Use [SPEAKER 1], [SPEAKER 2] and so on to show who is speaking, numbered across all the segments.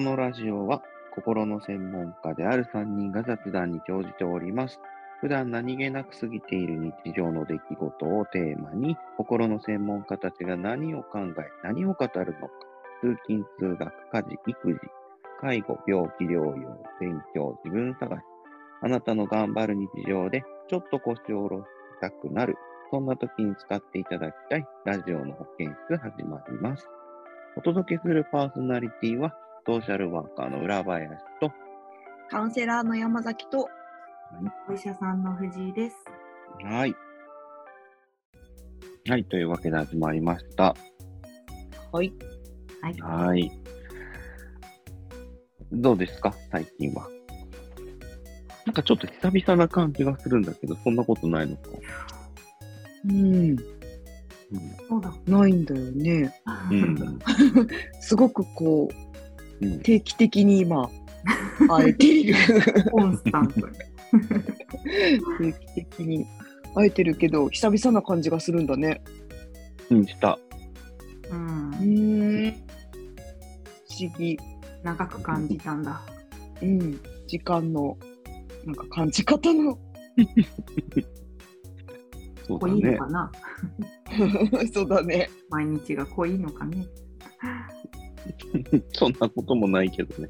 [SPEAKER 1] のラジオは心の専門家である3人が雑談に興じております。普段何気なく過ぎている日常の出来事をテーマに、心の専門家たちが何を考え、何を語るのか、通勤・通学、家事・育児、介護、病気療養、勉強、自分探し、あなたの頑張る日常でちょっと腰を下ろしたくなる、そんな時に使っていただきたいラジオの保健室始まります。お届けするパーソナリティは、ソーシャルワーカーの裏林と、
[SPEAKER 2] カウンセラーの山崎と、
[SPEAKER 3] お医者さんの藤井です。
[SPEAKER 1] はい。はい、というわけで始まりました。
[SPEAKER 2] はい、
[SPEAKER 3] はい。
[SPEAKER 1] はい。どうですか最近は。なんかちょっと久々な感じがするんだけど、そんなことないのか。
[SPEAKER 4] うん、
[SPEAKER 3] そうだ。
[SPEAKER 4] ないんだよね。
[SPEAKER 1] うん。
[SPEAKER 4] すごくこ
[SPEAKER 1] う。
[SPEAKER 4] うん定期的に 今会えている。
[SPEAKER 3] コンスタントに。
[SPEAKER 4] 定期的に会えてるけど久々な感じがするんだね。
[SPEAKER 1] うん、した。
[SPEAKER 3] うん。
[SPEAKER 4] ん。不思議。
[SPEAKER 3] 長く感じたんだ。
[SPEAKER 4] うん。時間のなんか感じ方の
[SPEAKER 1] そう
[SPEAKER 3] 濃
[SPEAKER 1] だ
[SPEAKER 3] いの
[SPEAKER 1] ね
[SPEAKER 3] か。な、
[SPEAKER 4] そうだね。
[SPEAKER 3] 毎日が濃いの かね。
[SPEAKER 1] そんなこともないけどね。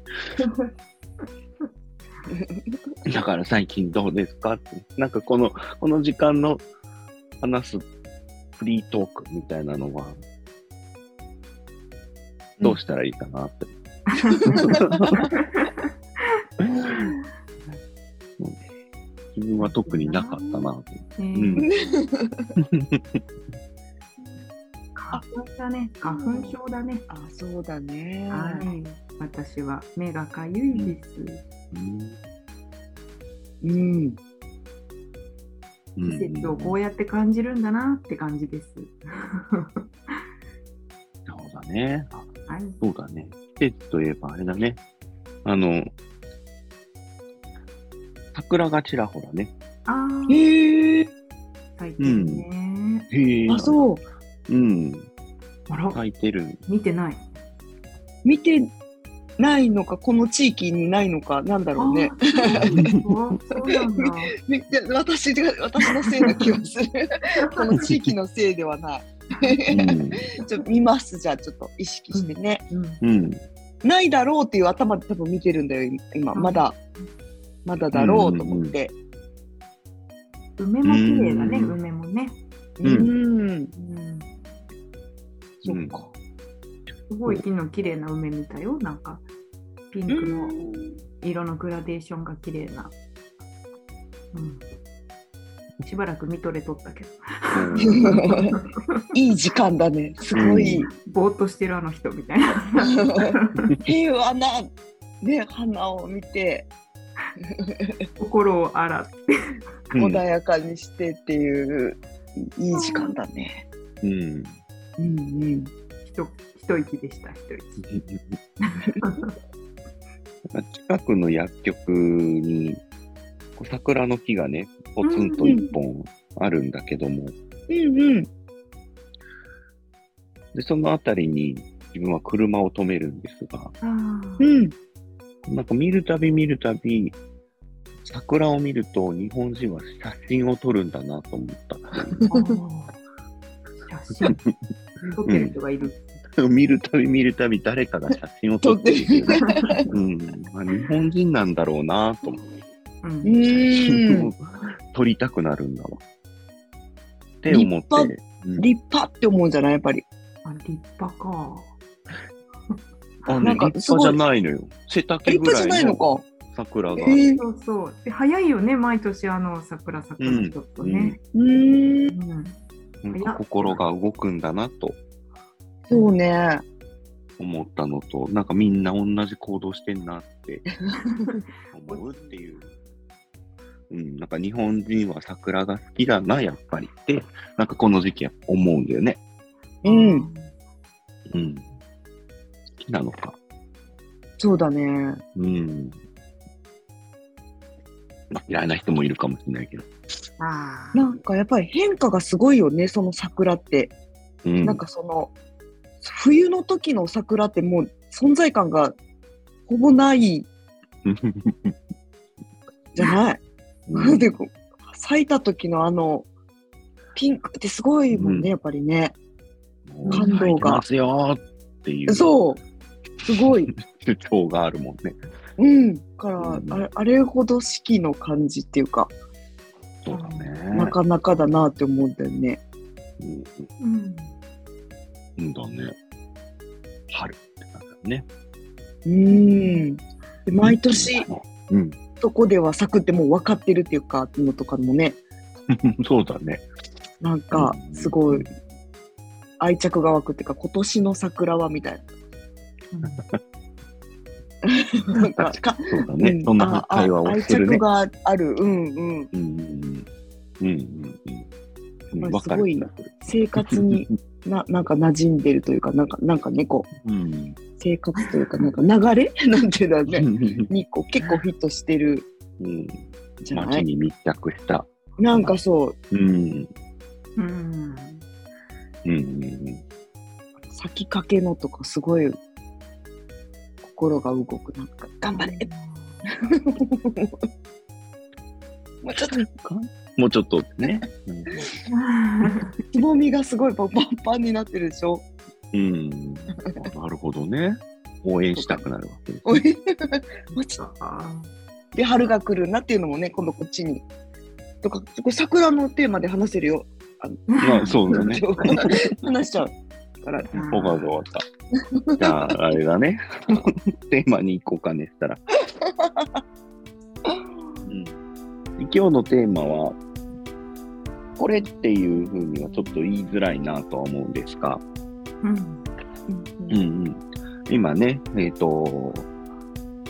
[SPEAKER 1] だから最近どうですかって。なんかこの、この時間の話すフリートークみたいなのは、どうしたらいいかなって。自分は特になかったなって。
[SPEAKER 3] え
[SPEAKER 1] う
[SPEAKER 3] ー
[SPEAKER 1] ん。
[SPEAKER 3] 花粉だね。花粉症だね。
[SPEAKER 4] あそうだね。
[SPEAKER 3] はい。私は目がかゆいです。
[SPEAKER 4] うん。
[SPEAKER 1] うん
[SPEAKER 3] 季節をこうやって感じるんだなって感じです。
[SPEAKER 1] そうだね。あ
[SPEAKER 3] はい。
[SPEAKER 1] そうだね。季節といえばあれだね。あの、桜がちらほらね。
[SPEAKER 3] ああ、
[SPEAKER 4] へえ。
[SPEAKER 3] 最近ね。
[SPEAKER 1] へ
[SPEAKER 4] あそう。
[SPEAKER 1] う。うん。
[SPEAKER 3] あら、
[SPEAKER 1] 咲いてる。
[SPEAKER 3] 見てない。
[SPEAKER 4] 見てないのかこの地域にないのかなんだろうね。
[SPEAKER 3] あそうなんだ。
[SPEAKER 4] いや私が私のせいな気がする この地域のせいではない
[SPEAKER 1] うん。
[SPEAKER 4] ちょ見ますじゃあちょっと意識してね、
[SPEAKER 3] うん
[SPEAKER 1] うん。
[SPEAKER 4] ないだろうっていう頭で多分見てるんだよ今
[SPEAKER 3] うん
[SPEAKER 4] まだまだだろうと思って
[SPEAKER 3] 梅も綺麗だね、
[SPEAKER 1] うん
[SPEAKER 3] 梅もね。
[SPEAKER 1] うんうん
[SPEAKER 4] うん
[SPEAKER 3] うん、
[SPEAKER 4] そっ
[SPEAKER 1] う
[SPEAKER 4] か
[SPEAKER 3] すごい昨日綺麗な梅見たよ。なんかピンクの色のグラデーションが綺麗な。うん。しばらく見とれとったけど、
[SPEAKER 4] いい時間だねすごい、
[SPEAKER 3] ぼーっとしてるあの人みたいな。
[SPEAKER 4] 平和なね花を見て
[SPEAKER 3] 心を洗って。
[SPEAKER 1] うん
[SPEAKER 4] 穏やかにしてっていう、いい時間だね
[SPEAKER 1] うん。
[SPEAKER 4] うんうん
[SPEAKER 3] 一一息でした、一息。
[SPEAKER 1] なんか近くの薬局に、こう桜の木がね、ポツンと一本あるんだけども、
[SPEAKER 4] うんうん
[SPEAKER 1] で、そのあたりに自分は車を止めるんですが、
[SPEAKER 3] あー
[SPEAKER 4] うん
[SPEAKER 1] なんか見るたび見るたび、桜を見ると日本人は写真を撮るんだなと思っ
[SPEAKER 3] あー写真撮ってる人がいる。
[SPEAKER 1] た。見るたび見るたび誰かが写真を撮ってるよね。うん。まあ、日本人なんだろうなと思って、
[SPEAKER 3] うん
[SPEAKER 4] う
[SPEAKER 1] 写真
[SPEAKER 4] ん
[SPEAKER 1] を撮りたくなるんだわ。って思って。うん
[SPEAKER 4] 立派って思うんじゃないやっぱり。
[SPEAKER 3] あ立派か。
[SPEAKER 1] あ
[SPEAKER 4] な
[SPEAKER 1] ね、
[SPEAKER 4] んか
[SPEAKER 1] 立派じゃないのよ。背丈
[SPEAKER 4] 立
[SPEAKER 1] ぐ
[SPEAKER 4] 派じ
[SPEAKER 1] ら
[SPEAKER 4] ゃないいの
[SPEAKER 1] の
[SPEAKER 4] か。
[SPEAKER 1] 桜
[SPEAKER 4] え
[SPEAKER 1] が。
[SPEAKER 4] ー、
[SPEAKER 3] そうそう。で早いよね、毎年あの桜桜のちょっとね。
[SPEAKER 4] うーん、
[SPEAKER 3] うん
[SPEAKER 1] なんか心が動くんだなと
[SPEAKER 4] そうね。
[SPEAKER 1] 思ったのと、なんかみんな同じ行動してんなって思うって いう。うん、なんか日本人は桜が好きだな、やっぱりって、なんかこの時期は思うんだよね。
[SPEAKER 4] うん、
[SPEAKER 1] うん。好きなのか。
[SPEAKER 4] そうだね。
[SPEAKER 1] うん。まあ、嫌いな人もいるかもしれないけど。
[SPEAKER 3] あー
[SPEAKER 4] なんかやっぱり変化がすごいよね、その桜って。
[SPEAKER 1] うん。
[SPEAKER 4] なんかその、冬の時の桜ってもう存在感がほぼないじゃない。なんでこう咲いた時のあのピンクってすごいもんね、
[SPEAKER 1] うん
[SPEAKER 4] やっぱりね。
[SPEAKER 1] もう
[SPEAKER 4] 感動が
[SPEAKER 1] 咲いてますよーっていう。
[SPEAKER 4] そうすご い。
[SPEAKER 1] 主張があるもんね。
[SPEAKER 4] うん。から
[SPEAKER 1] うん
[SPEAKER 4] あれあれほど四季の感じっていうか、
[SPEAKER 1] そうだ
[SPEAKER 4] な
[SPEAKER 1] ね。
[SPEAKER 4] かなかだなって思うんだよね。
[SPEAKER 1] うん
[SPEAKER 3] うん。
[SPEAKER 1] うんだね。春って感じだね。
[SPEAKER 4] うん。で毎年
[SPEAKER 1] うん。
[SPEAKER 4] どこでは咲くってもう分かってるっていうかのとかもね、
[SPEAKER 1] そうだね。
[SPEAKER 4] なんかすごい愛着が湧くっていうか今年の桜はみたいな。なんかか
[SPEAKER 1] そうだね。そんな会話をするね。
[SPEAKER 4] ああ愛着がある。うんうん。
[SPEAKER 1] うんうんうんうんうんうん。わか
[SPEAKER 4] すご
[SPEAKER 1] る
[SPEAKER 4] い。生活にななんか馴染んでるというかなんかなんかねこう
[SPEAKER 1] うん。
[SPEAKER 4] 生活というかなんか流れ なんていうんだろうねにこう結構フィットしてる
[SPEAKER 1] うん。
[SPEAKER 4] じゃな
[SPEAKER 1] 街
[SPEAKER 4] い
[SPEAKER 1] に密着した。
[SPEAKER 4] なんかそ
[SPEAKER 1] う
[SPEAKER 4] う
[SPEAKER 1] ん。
[SPEAKER 3] うん。
[SPEAKER 1] うんうん
[SPEAKER 4] 咲きかけのとかすごい心が動くなんか頑張れもうちょっと
[SPEAKER 1] もうちょっとね。
[SPEAKER 4] つぼみがすごいパンパンになってるでしょ
[SPEAKER 1] うん。なるほどね。応援したくなるわけです
[SPEAKER 4] お
[SPEAKER 1] ね。
[SPEAKER 4] いもうちょっ
[SPEAKER 3] あ
[SPEAKER 4] とで春が来るなっていうのもね今度こっちにとかこれ桜のテーマで話せるよ
[SPEAKER 1] まあ、そうだね。
[SPEAKER 4] 話しちゃうから
[SPEAKER 1] オファーが終わった。じゃあ、あれだね。テーマに行こうかね、したら。うん、今日のテーマは、これっていうふうにはちょっと言いづらいなとは思うんですが、
[SPEAKER 3] うん。
[SPEAKER 1] うんうん、今ね、えっ、と、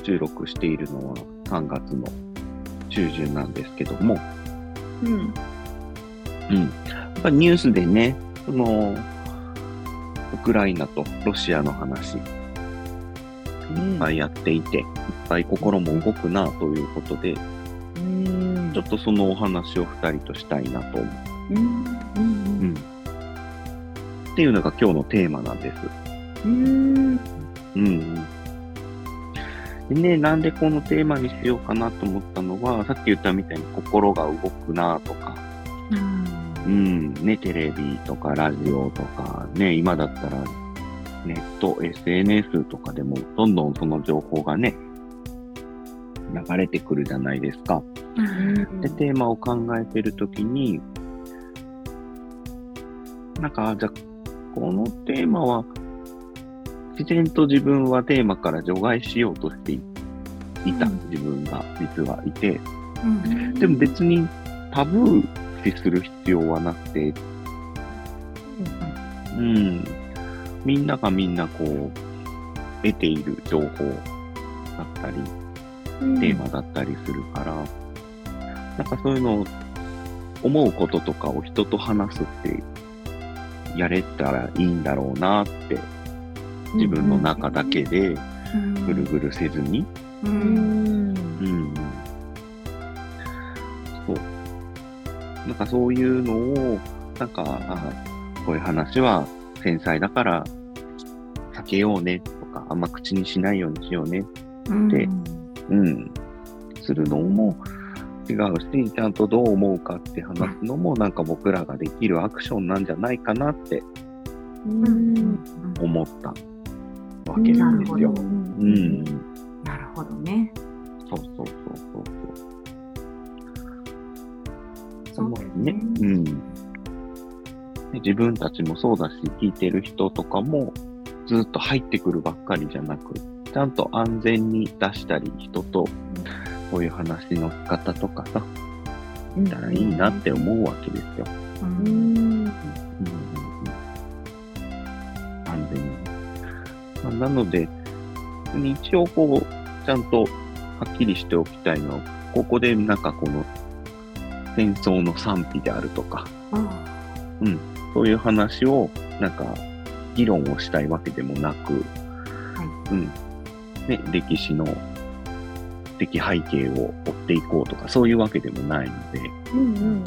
[SPEAKER 1] 収録しているのは3月の中旬なんですけども、
[SPEAKER 4] うん
[SPEAKER 1] うん、やっぱニュースでね、その、ウクライナとロシアの話、いっぱいやっていて、いっぱい心も動くなということで、
[SPEAKER 4] うん
[SPEAKER 1] ちょっとそのお話を2人としたいなと思
[SPEAKER 4] うんうん
[SPEAKER 1] う。うん。っていうのが今日のテーマなんです。
[SPEAKER 4] うん
[SPEAKER 1] うんうん。でね、なんでこのテーマにしようかなと思ったのは、さっき言ったみたいに心が動くなとか、
[SPEAKER 3] うん
[SPEAKER 1] うん、ね、テレビとかラジオとか、ね、今だったらネット、SNS とかでもどんどんその情報がね、流れてくるじゃないですか。で、テーマを考えてるときに、なんか、じゃあこのテーマは、自然と自分はテーマから除外しようとしていた
[SPEAKER 3] うん
[SPEAKER 1] 自分が実はいて、
[SPEAKER 3] うん
[SPEAKER 1] でも別にタブー視する必要はなくて、うん、みんながみんなこう、得ている情報だったり、テーマだったりするから、なんかそういうのを思うこととかを人と話すって、やれたらいいんだろうなって、自分の中だけで
[SPEAKER 3] うん
[SPEAKER 1] ぐるぐるせずに、
[SPEAKER 3] う
[SPEAKER 4] うんん
[SPEAKER 1] うんうんそう。なんかそういうのを、なんか、あこういう話は繊細だから避けようねとか、あんま口にしないようにしようね。
[SPEAKER 3] うん
[SPEAKER 1] でうん。するのも違うし、ちゃんとどう思うかって話すのも、なんか僕らができるアクションなんじゃないかなって
[SPEAKER 3] う
[SPEAKER 4] うんん
[SPEAKER 1] 思ったわけなんですよ。う
[SPEAKER 4] うんん。
[SPEAKER 3] なるほどね。
[SPEAKER 1] そうそうそうそうそう。
[SPEAKER 3] そうだよ
[SPEAKER 1] ね。うん。で自分たちもそうだし、聞いてる人とかも、ずっと入ってくるばっかりじゃなく、ちゃんと安全に出したり、人と、こういう話の仕方とかさ、
[SPEAKER 4] うん
[SPEAKER 1] したらいいなって思うわけですよ。
[SPEAKER 3] う
[SPEAKER 4] うんん
[SPEAKER 1] うんうんうん安全に。まあなので、一応こう、ちゃんとはっきりしておきたいのは、ここでなんかこの、戦争の賛否であるとか、
[SPEAKER 3] あ
[SPEAKER 1] そういう話を、なんか、議論をしたいわけでもなく、うん。ね、歴史の、歴背景を追っていこうとか、そういうわけでもないので、
[SPEAKER 4] うんうん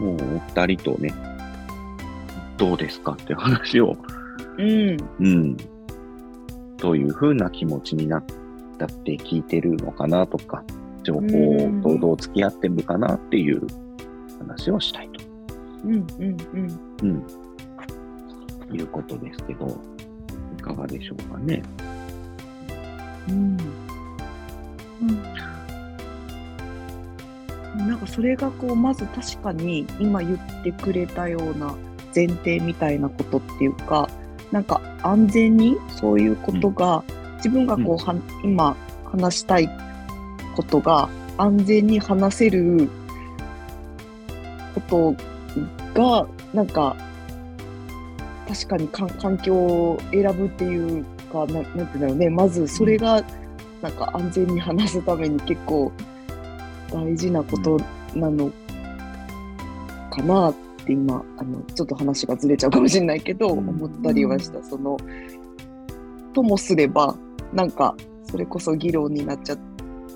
[SPEAKER 1] もうお二人とね、どうですかって話を、
[SPEAKER 4] うん
[SPEAKER 1] うん、どういうふうな気持ちになったって聞いてるのかなとか、情報とどう付き合ってるかなっていう話をしたいと、
[SPEAKER 4] うんうん
[SPEAKER 1] うん、いうことですけど、いかがでしょうかね。
[SPEAKER 4] うんうんなんかそれがこうまず確かに今言ってくれたような前提みたいなことっていうかなんか安全にそういうことが、自分がこうは、今話したいことが安全に話せることがなんか確かにかん環境を選ぶっていうかななんていうんだろうねまずそれがなんか安全に話すために結構大事なことなのかなって今あのちょっと話がずれちゃうかもしれないけど、
[SPEAKER 1] うん
[SPEAKER 4] 思ったりはしたそのともすればなんかそれこそ議論になっちゃっ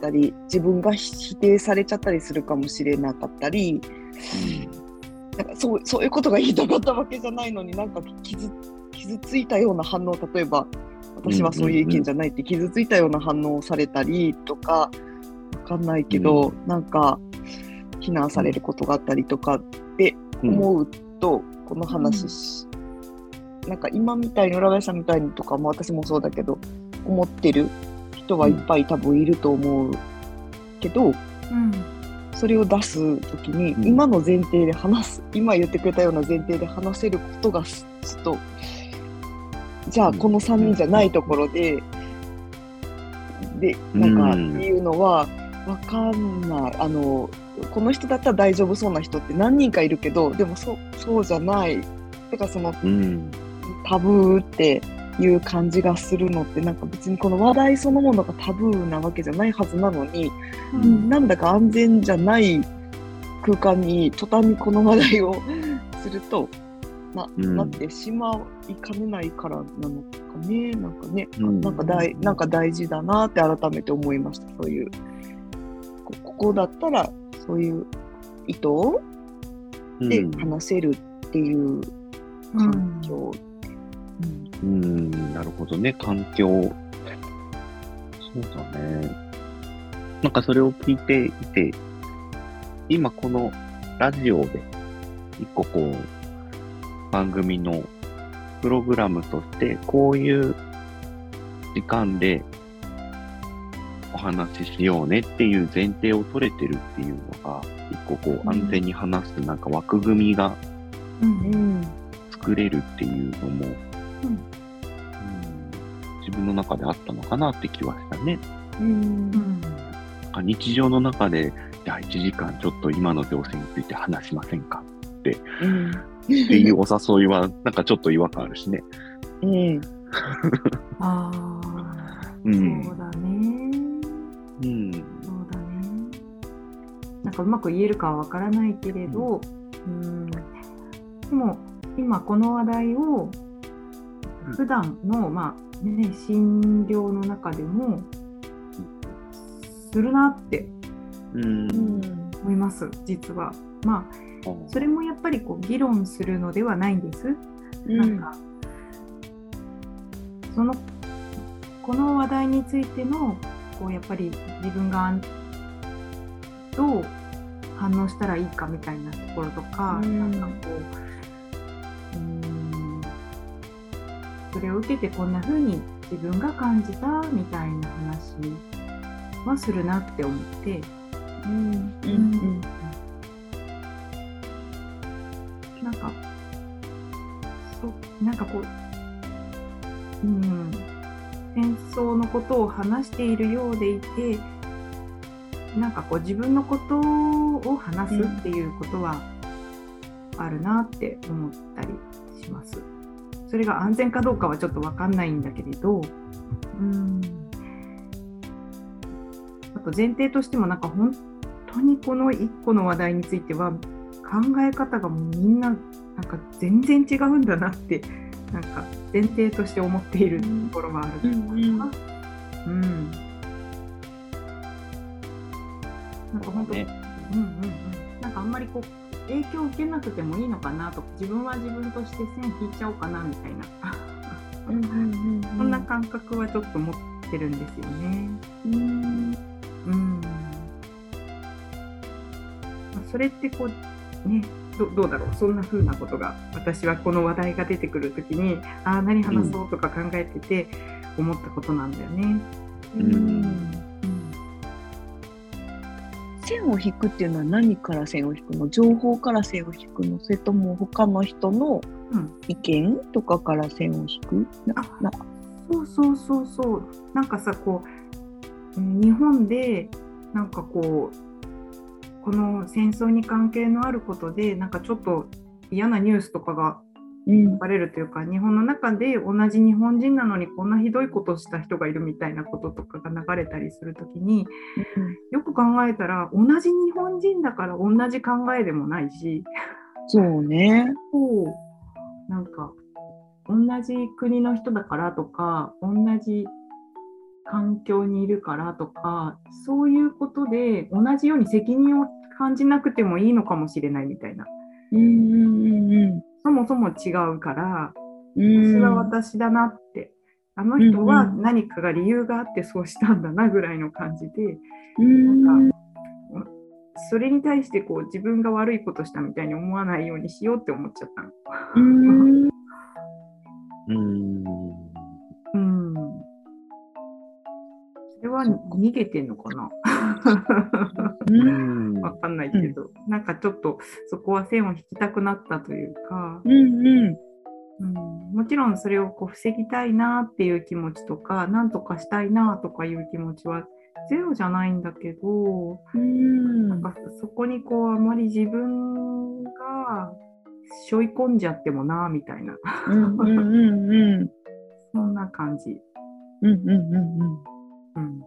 [SPEAKER 4] たり自分が否定されちゃったりするかもしれなかったり、なんかそうそういうことが言いたかったわけじゃないのになんか傷傷ついたような反応例えば私はそういう意見じゃないって傷ついたような反応をされたりとかわかんないけど、なんか非難されることがあったりとかって思うと、この話し、なんか今みたいに浦林さんみたいにとかも私もそうだけど思ってる人はいっぱい多分いると思うけど、
[SPEAKER 3] うん
[SPEAKER 4] それを出す時に、
[SPEAKER 1] うん
[SPEAKER 4] 今の前提で話す今言ってくれたような前提で話せることがすちょっとじゃあ
[SPEAKER 1] うん
[SPEAKER 4] この3人じゃないところで、でなんか
[SPEAKER 1] うん
[SPEAKER 4] っていうのは分かんないあのこの人だったら大丈夫そうな人って何人かいるけどでもそそうじゃないだからその
[SPEAKER 1] うん、
[SPEAKER 4] タブーっていう感じがするのってなんか別にこの話題そのものがタブーなわけじゃないはずなのに
[SPEAKER 3] うん
[SPEAKER 4] なんだか安全じゃない空間に途端にこの話題をするとな,、
[SPEAKER 1] うん
[SPEAKER 4] なってしまいかねないからなのかねなんかね、
[SPEAKER 1] うん
[SPEAKER 4] なんか大なんか大事だなって改めて思いましたそういうこここだったらそういう意図で話せるっていう環境、うん
[SPEAKER 1] うん、なるほどね、環境。そうだね。なんかそれを聞いていて、今このラジオで、一個こう、番組のプログラムとして、こういう時間でお話ししようねっていう前提を取れてるっていうのが、一個こう、安全に話すなんか枠組みが
[SPEAKER 3] うん
[SPEAKER 4] うん
[SPEAKER 1] 作れるっていうのも、う
[SPEAKER 3] うん
[SPEAKER 1] ん自分の中であったのかなって気はしたね。
[SPEAKER 4] うん
[SPEAKER 3] うん
[SPEAKER 1] なんか日常の中で、じゃあ1時間ちょっと今の情勢について話しませんか
[SPEAKER 4] うん
[SPEAKER 1] っていうお誘いは、なんかちょっと違和感あるしね。
[SPEAKER 4] うん
[SPEAKER 3] あ
[SPEAKER 1] う
[SPEAKER 3] ー
[SPEAKER 1] ん
[SPEAKER 3] そうだね
[SPEAKER 1] うん。
[SPEAKER 3] そうだねなんかうまく言えるかはわからないけれど、うん、でも今この話題を
[SPEAKER 1] うん
[SPEAKER 3] 普段の、まあね、診療の中でもするなって
[SPEAKER 1] うん。
[SPEAKER 3] 思います実は。まあそれもやっぱりこう議論するのではないんです。なんかそのこの話題についてのこうやっぱり自分がどう反応したらいいかみたいなところとか、
[SPEAKER 4] うん
[SPEAKER 3] なんかこううーんそれを受けてこんな風に自分が感じたみたいな話はするなって思って
[SPEAKER 4] うんうん
[SPEAKER 3] なんかそうなんかこううん戦争のことを話しているようでいてなんかこう自分のことを話すっていうことはあるなって思ったりします。それが安全かどうかはちょっとわかんないんだけれど、うん、あと前提としてもなんか本当にこの一個の話題については考え方がもうみんななんか全然違うんだなってなんか前提として思っているところはある
[SPEAKER 4] うん
[SPEAKER 3] うん。なんか本当、
[SPEAKER 1] ね
[SPEAKER 3] うんうんうん。なんかあんまりこう影響を受けなくてもいいのかなとか、自分は自分として線引いちゃおうかなみたいな。
[SPEAKER 4] うんうんうん
[SPEAKER 3] そんな感覚はちょっと持ってるんですよね。
[SPEAKER 4] うん
[SPEAKER 3] うんまあそれってこうねどどうだろうそんな風なことが私はこの話題が出てくる時にああ何話そうとか考えてて思ったことなんだよね。
[SPEAKER 1] うん
[SPEAKER 4] 線を引くっていうのは何から線を引くの情報から線を引くのそれとも他の人の
[SPEAKER 3] うん
[SPEAKER 4] 意見とかから線を引くな
[SPEAKER 3] あ
[SPEAKER 4] な
[SPEAKER 3] そうそうそうそうなんかさこううん日本でなんかこうこの戦争に関係のあることでなんかちょっと嫌なニュースとかが
[SPEAKER 4] うん
[SPEAKER 3] バレるというか日本の中で同じ日本人なのにこんなひどいことをした人がいるみたいなこととかが流れたりするときによく考えたら同じ日本人だから同じ考えでもないし
[SPEAKER 4] そうね
[SPEAKER 3] こうなんか同じ国の人だからとか同じ環境にいるからとかそういうことで同じように責任を感じなくてもいいのかもしれないみたいな
[SPEAKER 4] うんうんうん
[SPEAKER 3] そもそも違うから
[SPEAKER 4] う
[SPEAKER 3] 私は
[SPEAKER 4] ん
[SPEAKER 3] 私だなって、あの人は
[SPEAKER 4] うんう
[SPEAKER 3] 何かが理由があってそうしたんだなぐらいの感じで、
[SPEAKER 4] うん
[SPEAKER 3] なんかそれに対してこう自分が悪いことしたみたいに思わないようにしようって思っちゃったの。
[SPEAKER 4] うん
[SPEAKER 1] うん。
[SPEAKER 3] うん。それは
[SPEAKER 4] そっか
[SPEAKER 3] 逃げてんのかな
[SPEAKER 1] うん。
[SPEAKER 3] わかんないけど、なんかちょっとそこは線を引きたくなったというか、
[SPEAKER 4] うんうん
[SPEAKER 3] うん、もちろんそれをこう防ぎたいなっていう気持ちとか、なんとかしたいなとかいう気持ちはゼロじゃないんだけど、
[SPEAKER 4] うん
[SPEAKER 3] なんかそこにこうあまり自分が背負い込んじゃってもなみたいな
[SPEAKER 4] うんうんうん
[SPEAKER 3] そんな感じ、
[SPEAKER 4] うんうんうんうん
[SPEAKER 3] うん、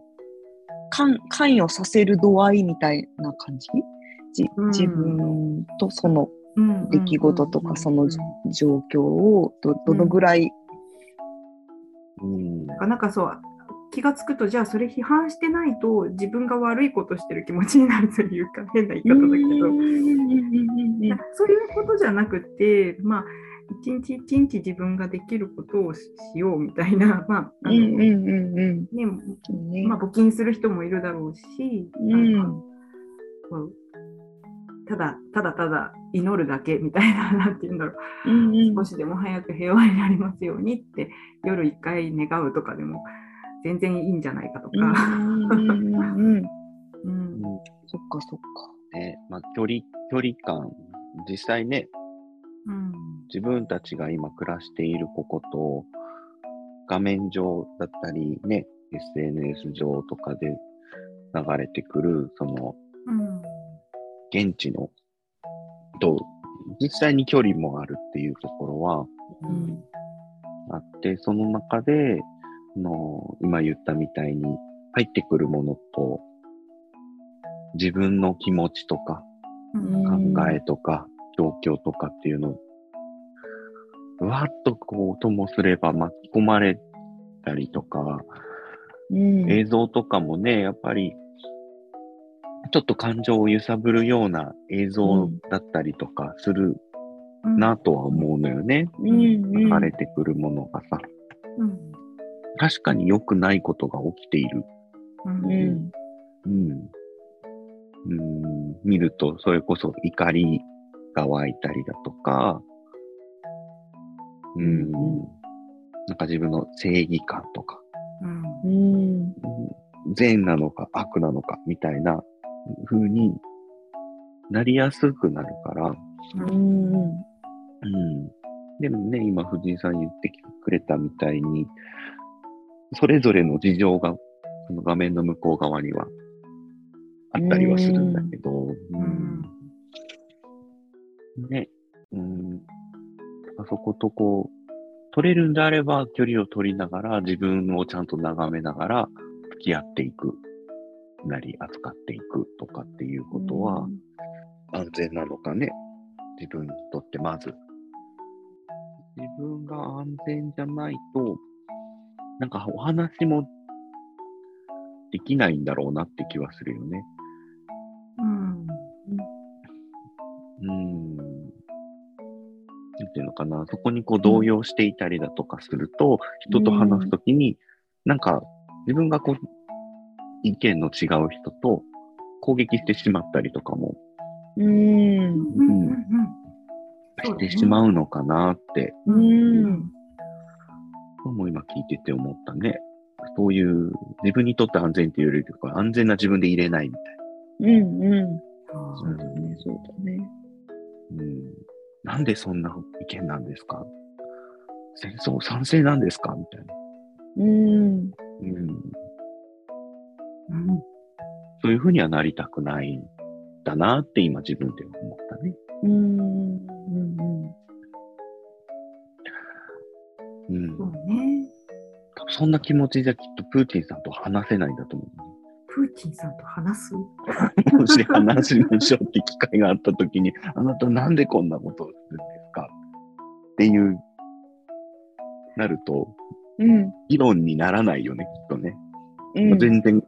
[SPEAKER 4] 関関与させる度合いみたいな感じじ
[SPEAKER 3] うん
[SPEAKER 4] 自分とその
[SPEAKER 3] うん
[SPEAKER 4] 出来事とかそのじ状況をどどのぐらい、
[SPEAKER 1] うん。
[SPEAKER 3] なんかなんかそう気がつくとじゃあそれ批判してないと自分が悪いことしてる気持ちになるというか 変な言い方だけど、いやそういうことじゃなくて、まあ、一日一日自分ができることをししようみたいな、まああの
[SPEAKER 4] うんうんうんうん
[SPEAKER 3] ね
[SPEAKER 4] そうね
[SPEAKER 3] まあ、募金する人もいるだろうし、
[SPEAKER 4] うん
[SPEAKER 3] なんかこうただただただ祈るだけみたいな、なんて言うんだろう、
[SPEAKER 4] うんうん
[SPEAKER 3] 少しでも早く平和になりますようにって、夜一回願うとかでも全然いいんじゃないかと
[SPEAKER 4] うん
[SPEAKER 3] か、
[SPEAKER 4] うんうんうん
[SPEAKER 3] うん
[SPEAKER 4] そっかそっか
[SPEAKER 1] ね、まあ、距離、距離感。実際ね、
[SPEAKER 3] うん
[SPEAKER 1] 自分たちが今暮らしているここと、画面上だったり、ね、SNS 上とかで流れてくる、その、
[SPEAKER 3] うん
[SPEAKER 1] 現地の、と、実際に距離もあるっていうところは、
[SPEAKER 3] うん
[SPEAKER 1] あって、その中で、あの今言ったみたいに、入ってくるものと、自分の気持ちとか、
[SPEAKER 3] うん
[SPEAKER 1] 考えとか、状況とかっていうのを、わーっとこう、ともすれば巻き込まれたりとか、
[SPEAKER 4] うん
[SPEAKER 1] 映像とかもね、やっぱり、ちょっと感情を揺さぶるような映像だったりとかするなとは思うのよね。
[SPEAKER 4] うんうん
[SPEAKER 1] 流れてくるものがさ。
[SPEAKER 3] うん
[SPEAKER 1] 確かに良くないことが起きている。
[SPEAKER 3] うん
[SPEAKER 4] うん
[SPEAKER 1] うん。うん、見ると、それこそ怒りが湧いたりだとか、うん、
[SPEAKER 4] うん
[SPEAKER 1] なんか自分の正義感とか、
[SPEAKER 3] うん
[SPEAKER 4] うん
[SPEAKER 1] うん善なのか悪なのかみたいな風になりやすくなるから、
[SPEAKER 4] うん
[SPEAKER 1] うん。でもね、今藤井さん言ってくれたみたいに、それぞれの事情が、その画面の向こう側にはあったりはするんだけど、うんね、うん、あそことこう、取れるんであれば距離を取りながら、自分をちゃんと眺めながら、付き合っていく、なり扱っていくとかっていうことは、安全なのかね、自分にとってまず。自分が安全じゃないと、なんかお話もできないんだろうなって気はするよね。
[SPEAKER 3] うん
[SPEAKER 1] うん。なんていうのかな、そこにこう動揺していたりだとかすると、人と話すときに、なんか自分がこう、意見の違う人と攻撃してしまったりとかも
[SPEAKER 4] うん。
[SPEAKER 3] うんうんうん
[SPEAKER 1] してしまうのかなって、
[SPEAKER 4] う。
[SPEAKER 3] うんん
[SPEAKER 1] もう今聞いてて思ったね。そういう自分にとって安全っていうよりか、安全な自分でいれないみたい
[SPEAKER 4] うんうん。
[SPEAKER 3] あ
[SPEAKER 1] な。
[SPEAKER 3] ー
[SPEAKER 4] ね、そうだね。
[SPEAKER 1] うんなんでそんな意見なんですか戦争賛成なんですかみたいな、
[SPEAKER 4] うん。
[SPEAKER 1] うん。
[SPEAKER 3] うん
[SPEAKER 1] そういうふうにはなりたくないんだなって今自分で思ったね。
[SPEAKER 4] うん。うん。
[SPEAKER 1] うん
[SPEAKER 3] そうね。
[SPEAKER 1] そんな気持ちじゃきっとプーチンさんと話せないんだと思う。
[SPEAKER 3] プーチンさんと話す
[SPEAKER 1] もし話しましょうって機会があった時に、あなたなんでこんなことをするんですかっていう、なると、
[SPEAKER 4] うん。
[SPEAKER 1] 議論にならないよね、きっとね。
[SPEAKER 4] うん。
[SPEAKER 1] 全然、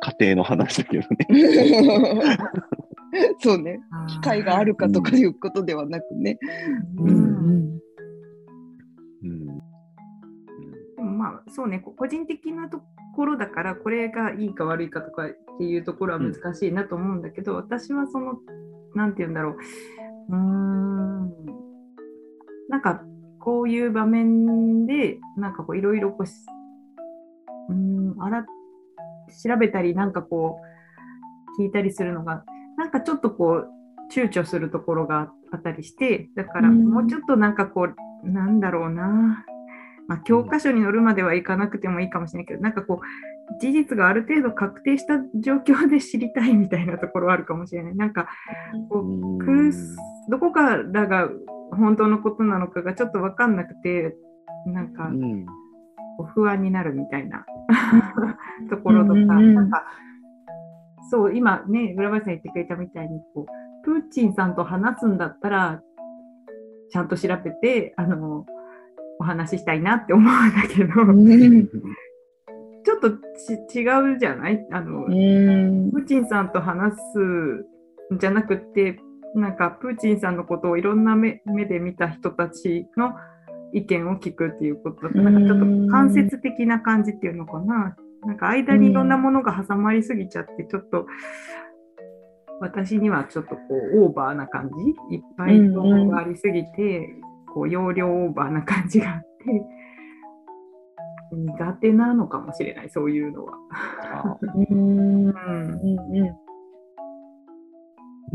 [SPEAKER 1] 家庭の話だけどね。
[SPEAKER 4] そうね。機会があるかとかいうことではなくね。
[SPEAKER 3] うん
[SPEAKER 4] うん。
[SPEAKER 1] うん
[SPEAKER 3] でもまあそうねこ個人的なところだからこれがいいか悪いかとかっていうところは難しいなと思うんだけど、私はその何て言うんだろううーんなんかこういう場面でなんかこういろいろこうしうーんあら調べたりなんかこう聞いたりするのがなんかちょっとこう躊躇するところがあったりしてだから
[SPEAKER 4] うん
[SPEAKER 3] もうちょっとなんかこう、なんだろうな、まあ、教科書に載るまではいかなくてもいいかもしれないけどなんかこう事実がある程度確定した状況で知りたいみたいなところはあるかもしれないなんかこう
[SPEAKER 1] う
[SPEAKER 3] 空
[SPEAKER 1] ん
[SPEAKER 3] どこからが本当のことなのかがちょっと分かんなくてなんか
[SPEAKER 1] うん
[SPEAKER 3] こう不安になるみたいな ところとか、
[SPEAKER 4] うんうんうん
[SPEAKER 3] なんかそう今ね浦林さん言ってくれたみたいにこうプーチンさんと話すんだったらちゃんと調べてあのお話ししたいなって思うんだけど、
[SPEAKER 4] うん。
[SPEAKER 3] ちょっとち違うじゃないあの、
[SPEAKER 4] うん。
[SPEAKER 3] プーチンさんと話すんじゃなくてなんかプーチンさんのことをいろんな目目で見た人たちの意見を聞くっていうことなんかちょっと間接的な感じっていうのかななんか間にいろんなものが挟まりすぎちゃってちょっと私にはちょっとこうオーバーな感じいっぱい情報がありすぎてこう容量オーバーな感じがあって苦手なのかもしれないそういうのは。
[SPEAKER 1] あ
[SPEAKER 4] う
[SPEAKER 3] う
[SPEAKER 4] ん。
[SPEAKER 3] ん
[SPEAKER 4] うん。
[SPEAKER 1] う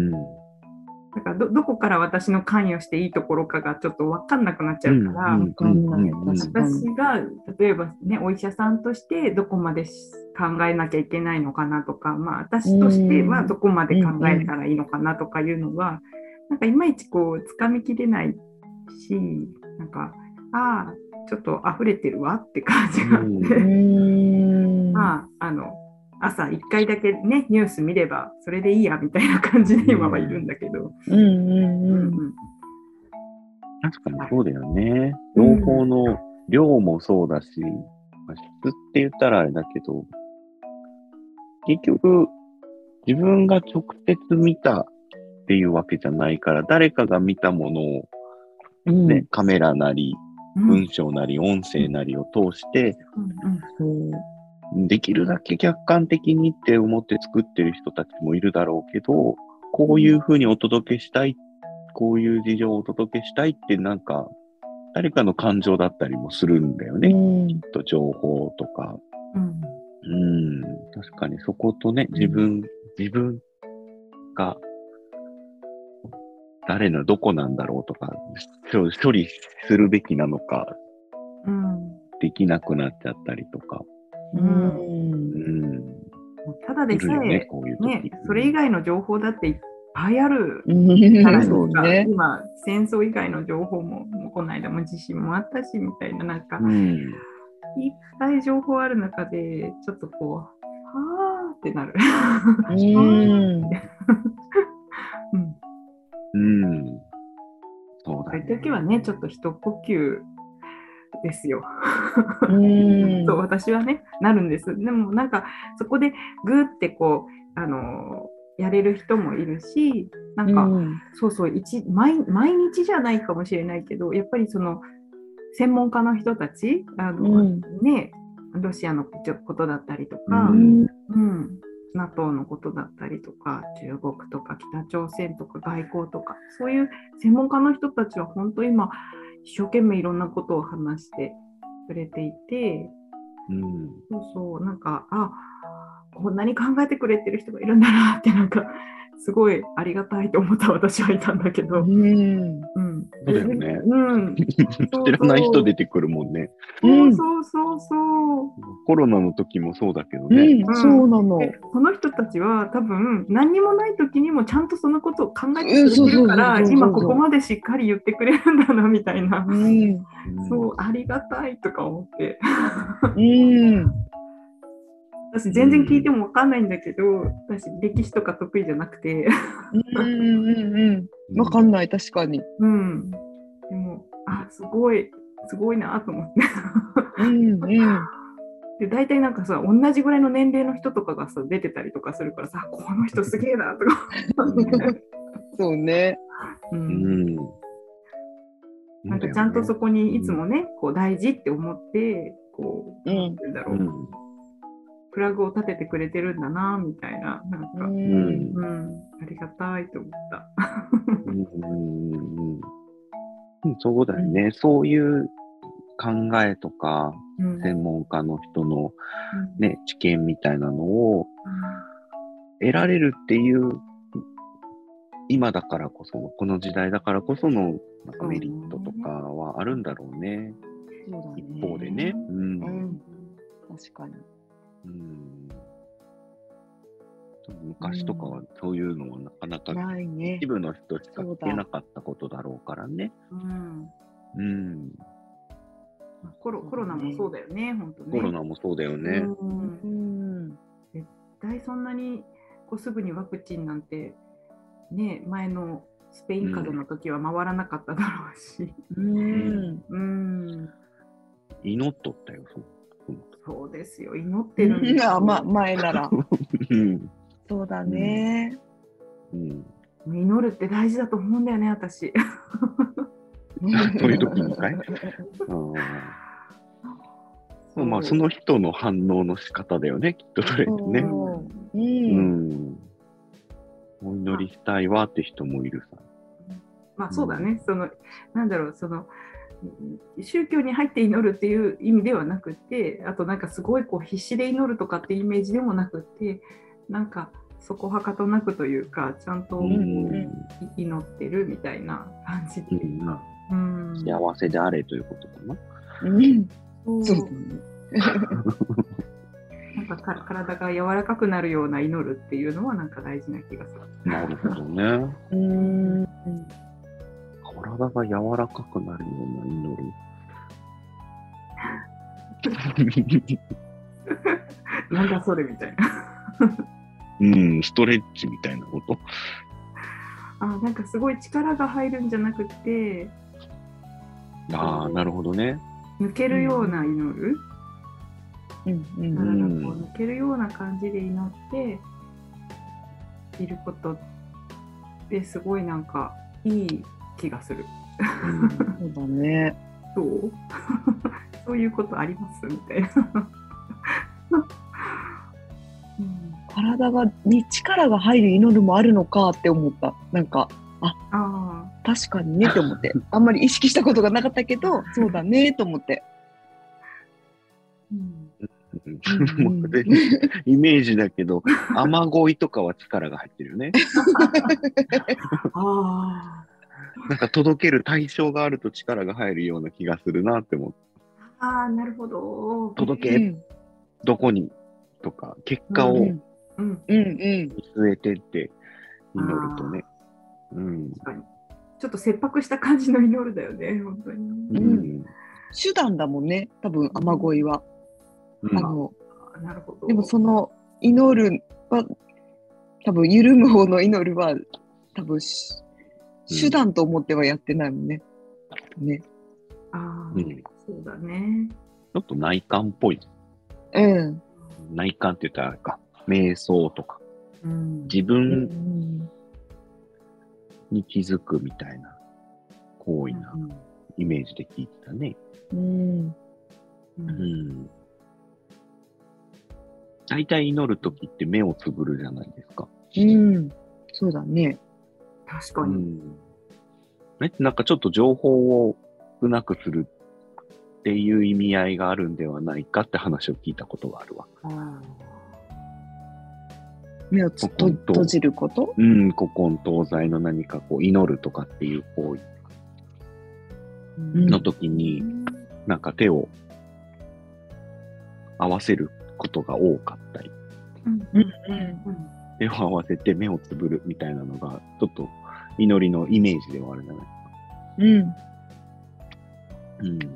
[SPEAKER 1] ん
[SPEAKER 3] だからどどこから私の関与していいところかがちょっと分かんなくなっちゃうから、
[SPEAKER 1] うん
[SPEAKER 4] かんない
[SPEAKER 1] うんうん
[SPEAKER 4] 確かに
[SPEAKER 3] 私が例えばねお医者さんとしてどこまでし考えなきゃいけないのかなとか、まあ、私としてはどこまで考えたらいいのかなとかいうのは、なんかいまいちこうつかみきれないしなんかああちょっと溢れてるわって感じがあって、
[SPEAKER 1] う
[SPEAKER 4] う ん。
[SPEAKER 3] まああの朝1回だけねニュース見ればそれでいいやみたいな感じで今はいるんだけど。
[SPEAKER 4] う
[SPEAKER 3] う
[SPEAKER 4] んうんうん
[SPEAKER 3] うんん
[SPEAKER 1] 確かにそうだよね。
[SPEAKER 3] う
[SPEAKER 1] 情
[SPEAKER 3] ん
[SPEAKER 1] 報の量もそうだし、まあ質って言ったらあれだけど、結局、自分が直接見たっていうわけじゃないから、誰かが見たものを、
[SPEAKER 4] うん
[SPEAKER 1] ねカメラなり、
[SPEAKER 3] うん
[SPEAKER 1] 文章なり、音声なりを通して、
[SPEAKER 4] そう
[SPEAKER 1] できるだけ客観的にって思って作ってる人たちもいるだろうけど、こういうふうにお届けしたい、こういう事情をお届けしたいってなんか、誰かの感情だったりもするんだよね、
[SPEAKER 4] うん
[SPEAKER 1] きっと情報とか。
[SPEAKER 3] うん
[SPEAKER 1] うん、確かにそことね、自分、自分が、誰のどこなんだろうとか、処処理するべきなのか、
[SPEAKER 3] うん
[SPEAKER 1] できなくなっちゃったりとか。
[SPEAKER 4] う。
[SPEAKER 3] うん
[SPEAKER 1] うんん。
[SPEAKER 3] ただ
[SPEAKER 1] い
[SPEAKER 3] でさ
[SPEAKER 1] るよね
[SPEAKER 3] え、、
[SPEAKER 1] こういう時。
[SPEAKER 3] ね、それ以外の情報だっていっぱいある
[SPEAKER 4] うん
[SPEAKER 3] から
[SPEAKER 1] そ
[SPEAKER 4] そうね。
[SPEAKER 3] 今、戦争以外の情報も、もうこの間も地震もあったしみたいな、なんか、
[SPEAKER 1] うん。
[SPEAKER 3] いっぱい情報ある中で、ちょっとこう、はーってなる。
[SPEAKER 4] うん。
[SPEAKER 3] うん、
[SPEAKER 1] うん。そうだ
[SPEAKER 3] そうい
[SPEAKER 1] ね。
[SPEAKER 3] う時はね、ちょっと一呼吸ですよ。
[SPEAKER 4] うん
[SPEAKER 3] そう私はねなるんですでもなんかそこでグーってこうあのやれる人もいるしなんか、
[SPEAKER 4] うん
[SPEAKER 3] そうそう一毎毎日じゃないかもしれないけどやっぱりその専門家の人たちあの、
[SPEAKER 4] うん
[SPEAKER 3] ねロシアのことだったりとか、
[SPEAKER 1] う
[SPEAKER 4] うんん
[SPEAKER 3] うん、NATO のことだったりとか中国とか北朝鮮とか外交とかそういう専門家の人たちは本当今一生懸命いろんなことを話してくれていて
[SPEAKER 1] うん
[SPEAKER 3] そうそうなんかあこんなに考えてくれてる人がいるんだなってなんかすごいありがたいと思った私はいたんだけど。
[SPEAKER 4] うん
[SPEAKER 3] うん、
[SPEAKER 1] そうだよね
[SPEAKER 3] うん、
[SPEAKER 1] 知らない人出てくるもんね。
[SPEAKER 3] そうそうそうそう。
[SPEAKER 1] コロナの時もそうだけど
[SPEAKER 4] う
[SPEAKER 1] ね。
[SPEAKER 4] んそうなの
[SPEAKER 3] でこの人たちは多分何にもない時にもちゃんとそのことを考えて
[SPEAKER 4] うん
[SPEAKER 3] くれてるから
[SPEAKER 4] そうそうそうそう
[SPEAKER 3] 今ここまでしっかり言ってくれるんだなみたいな
[SPEAKER 4] う、ん
[SPEAKER 3] そうありがたいとか思って
[SPEAKER 4] うん
[SPEAKER 3] 私全然聞いても分かんないんだけど私歴史とか得意じゃなくて
[SPEAKER 4] うんうんうんわかんない確かに
[SPEAKER 3] うんでもあすごいすごいなと思って
[SPEAKER 4] うんうん
[SPEAKER 3] で大体なんかさ同じぐらいの年齢の人とかがさ出てたりとかするからさこの人すげえなとか、
[SPEAKER 4] そうね
[SPEAKER 3] う
[SPEAKER 1] うんん。
[SPEAKER 3] なんかちゃんとそこにいつもね、こう大事って思って、こう、
[SPEAKER 4] うん
[SPEAKER 3] なんて言うんだろ
[SPEAKER 1] う
[SPEAKER 3] う、
[SPEAKER 1] ん。
[SPEAKER 3] フラグを立ててくれてるんだな、みたいな、なんか、
[SPEAKER 4] う
[SPEAKER 3] うん、
[SPEAKER 4] ん
[SPEAKER 3] ありがたいと思った。
[SPEAKER 1] うんうんうんそうだよね。そういう考えとか、
[SPEAKER 3] うん
[SPEAKER 1] 専門家の人のね、知見みたいなのを
[SPEAKER 3] う
[SPEAKER 1] 得られるっていう、今だからこそ、この時代だからこその、なんかメリットとかはあるんだろうね。
[SPEAKER 4] そうだね
[SPEAKER 1] 一方でね。うん
[SPEAKER 4] うん確かに
[SPEAKER 1] うん昔とかはそういうのはなかなか
[SPEAKER 4] ないね
[SPEAKER 1] 一部の人しか聞けなかったことだろうからね。
[SPEAKER 3] ん
[SPEAKER 1] うん、
[SPEAKER 3] まあコロコロナもそうだよね、本当ね。
[SPEAKER 1] コロナもそうだよね。
[SPEAKER 3] うん
[SPEAKER 4] うん
[SPEAKER 3] 絶対そんなにこうすぐにワクチンなんて、ね、前のスペイン風邪の時は回らなかっただろうし。
[SPEAKER 4] うん
[SPEAKER 3] うん、
[SPEAKER 1] 祈っとったよ、そう。
[SPEAKER 3] そうですよ、祈ってるんです
[SPEAKER 4] あ
[SPEAKER 3] よ。
[SPEAKER 4] ま前なら
[SPEAKER 1] うん
[SPEAKER 4] そうだね
[SPEAKER 1] うん、
[SPEAKER 3] 祈るって大事だと思うんだよね、私。
[SPEAKER 1] そういう時にかい あーまあ、その人の反応の仕方だよね、きっとそれってね。
[SPEAKER 4] う
[SPEAKER 1] うんん、お祈りしたいわって人もいるさ。
[SPEAKER 3] まあそうだね、そのなんだろうそのうん宗教に入って祈るっていう意味ではなくてあとなんかすごいこう必死で祈るとかっていうイメージでもなくてなんかそこはかとなくというかちゃんと
[SPEAKER 1] うん
[SPEAKER 3] い
[SPEAKER 4] んうん
[SPEAKER 3] 祈ってるみたいな感じ
[SPEAKER 1] う
[SPEAKER 3] で、
[SPEAKER 1] ん
[SPEAKER 3] うん
[SPEAKER 1] 幸せであれということかな。
[SPEAKER 4] うん
[SPEAKER 3] そ
[SPEAKER 4] そううだね
[SPEAKER 3] なんかか体が柔らかくなるような祈るっていうのはなんか大事な気がする。
[SPEAKER 1] なるほどね。
[SPEAKER 4] うん
[SPEAKER 1] 体が柔らかくなるような祈 り。
[SPEAKER 3] なんだそれみたいな。
[SPEAKER 1] うん、ストレッチみたいな こと。
[SPEAKER 3] あなんかすごい力が入るんじゃなくて
[SPEAKER 1] ああ、なるほどね。
[SPEAKER 3] 抜けるような祈る。
[SPEAKER 4] うん
[SPEAKER 3] 体
[SPEAKER 4] う
[SPEAKER 3] が
[SPEAKER 4] ん
[SPEAKER 3] こう抜けるような感じで祈っていることってすごいなんかいい気がする。
[SPEAKER 4] そうだね
[SPEAKER 3] どう そういうことありますみたいな。 うん
[SPEAKER 4] 体がに力が入る祈るもあるのかって思ったなんか
[SPEAKER 3] ああ
[SPEAKER 4] 確かにねって思 ってあんまり意識したことがなかったけどそうだねと思って
[SPEAKER 3] うん
[SPEAKER 1] うん もう全然イメージだけど、雨乞いとかは力が入ってるよね。
[SPEAKER 3] あ
[SPEAKER 1] なんか届ける対象があると力が入るような気がするなって思って。
[SPEAKER 3] あああなるほど。
[SPEAKER 1] 届
[SPEAKER 4] う
[SPEAKER 1] け、
[SPEAKER 4] ん
[SPEAKER 1] どこにとか、結果を
[SPEAKER 4] う
[SPEAKER 1] 見
[SPEAKER 4] ん
[SPEAKER 3] うん、
[SPEAKER 4] うんうん
[SPEAKER 1] 据えてって祈るとね。うん。
[SPEAKER 3] 確かにちょっと切迫した感じの祈るだよね、本当に。
[SPEAKER 1] うん。
[SPEAKER 4] 手段だもんね多分雨乞いは、
[SPEAKER 1] うん
[SPEAKER 4] あの
[SPEAKER 3] あなるほど。
[SPEAKER 4] でもその祈るは多分緩む方の祈るは多分し
[SPEAKER 1] うん
[SPEAKER 4] 手段と思ってはやってないもんね。ね。
[SPEAKER 3] ああ、
[SPEAKER 1] うん
[SPEAKER 3] そうだね。
[SPEAKER 1] ちょっと内観っぽい。
[SPEAKER 4] うん。
[SPEAKER 1] 内観って言ったらあれか、瞑想とか。
[SPEAKER 3] うん
[SPEAKER 1] 自
[SPEAKER 4] う
[SPEAKER 1] 分
[SPEAKER 4] ん
[SPEAKER 1] に気づくみたいな行為な
[SPEAKER 3] うん
[SPEAKER 1] イメージで聞いてたね。
[SPEAKER 4] うん
[SPEAKER 3] うん
[SPEAKER 1] うん。大体祈るときって目をつぶるじゃないですか。
[SPEAKER 4] うんそうだね。
[SPEAKER 3] 確か
[SPEAKER 1] う
[SPEAKER 3] に。
[SPEAKER 1] ん。ね、なんかちょっと情報を少なくするっていう意味合いがあるんではないかって話を聞いたことがあるわ。
[SPEAKER 3] あー
[SPEAKER 4] 目をつと
[SPEAKER 1] 本当
[SPEAKER 4] 閉じること
[SPEAKER 1] うん、古今東西の何かこう祈るとかっていう行為
[SPEAKER 3] うん
[SPEAKER 1] の時に、なんか手を合わせることが多かったり、
[SPEAKER 4] うん
[SPEAKER 3] うん
[SPEAKER 1] 手を合わせて目をつぶるみたいなのが、ちょっと祈りのイメージではあるじゃない
[SPEAKER 4] うん
[SPEAKER 1] うん。だか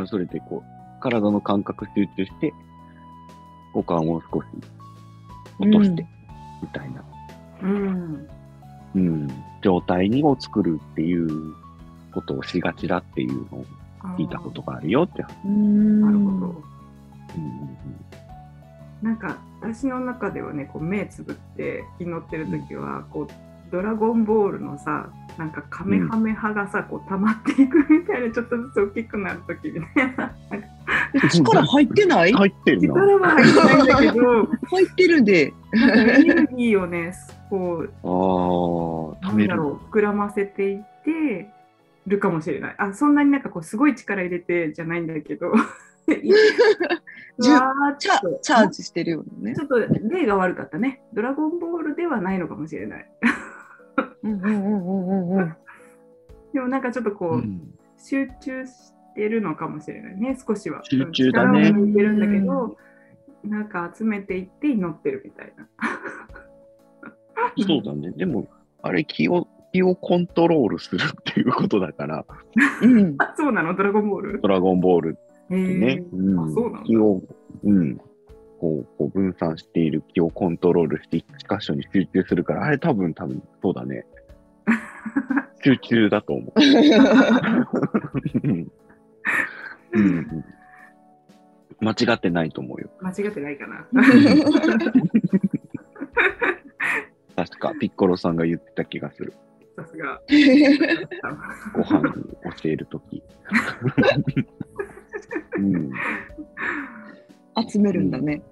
[SPEAKER 1] らそれでこう、体の感覚集中して、五感を少し落として、みたいな、
[SPEAKER 3] うん
[SPEAKER 1] うん、状態にを作るっていうことをしがちだっていうのを聞いたことがあるよって。
[SPEAKER 4] うん
[SPEAKER 3] なるほど。
[SPEAKER 1] うん
[SPEAKER 3] なんか私の中ではねこう目つぶって祈ってる時はこうドラゴンボールのさなんかカメハメハがさこう溜まっていくみたいなちょっとずつ大きくなる時みたいななんか
[SPEAKER 4] 力入ってない
[SPEAKER 1] 入ってるな。
[SPEAKER 3] 力は入ってないんだ けど
[SPEAKER 4] 入ってるで。
[SPEAKER 3] なんかエネルギーをねこう
[SPEAKER 1] あー、
[SPEAKER 3] な
[SPEAKER 1] 溜
[SPEAKER 3] ん
[SPEAKER 1] め
[SPEAKER 3] だ
[SPEAKER 1] る。
[SPEAKER 3] ろう膨らませていってるかもしれないあそんなになんかこうすごい力入れてじゃないんだけどわー
[SPEAKER 4] じゅ
[SPEAKER 3] っ
[SPEAKER 4] チャ
[SPEAKER 3] と
[SPEAKER 4] チャージしてるよね
[SPEAKER 3] ち。ょっと例が悪かったねドラゴンボールではないのかもしれない
[SPEAKER 4] うんうんうんうんうんうん。
[SPEAKER 3] でもなんかちょっとこう、
[SPEAKER 1] うん
[SPEAKER 3] 集中してるのかもしれないね、少しは。
[SPEAKER 1] 集中だね
[SPEAKER 3] 力を抜いてるんだけど、なんか集めていって祈ってるみたいな。
[SPEAKER 1] そうだね。でも、あれ気を、気をコントロールするっていうことだから、
[SPEAKER 4] うん
[SPEAKER 3] あ、そうなのドラゴンボール
[SPEAKER 1] ドラゴンボール
[SPEAKER 3] へ
[SPEAKER 1] って
[SPEAKER 3] ー
[SPEAKER 1] ね、
[SPEAKER 3] あそうなんだ
[SPEAKER 1] 気を、うん、こうこう分散している気をコントロールして一箇所に集中するから、あれ多分多分そうだ ね。集中だと思う。うんうん間違ってないと思うよ。
[SPEAKER 3] 間違ってないかな。
[SPEAKER 1] 確か、ピッコロさんが言ってた気がする。
[SPEAKER 3] さすが。
[SPEAKER 1] ご飯に教えると き。うん
[SPEAKER 4] 集めるんだね。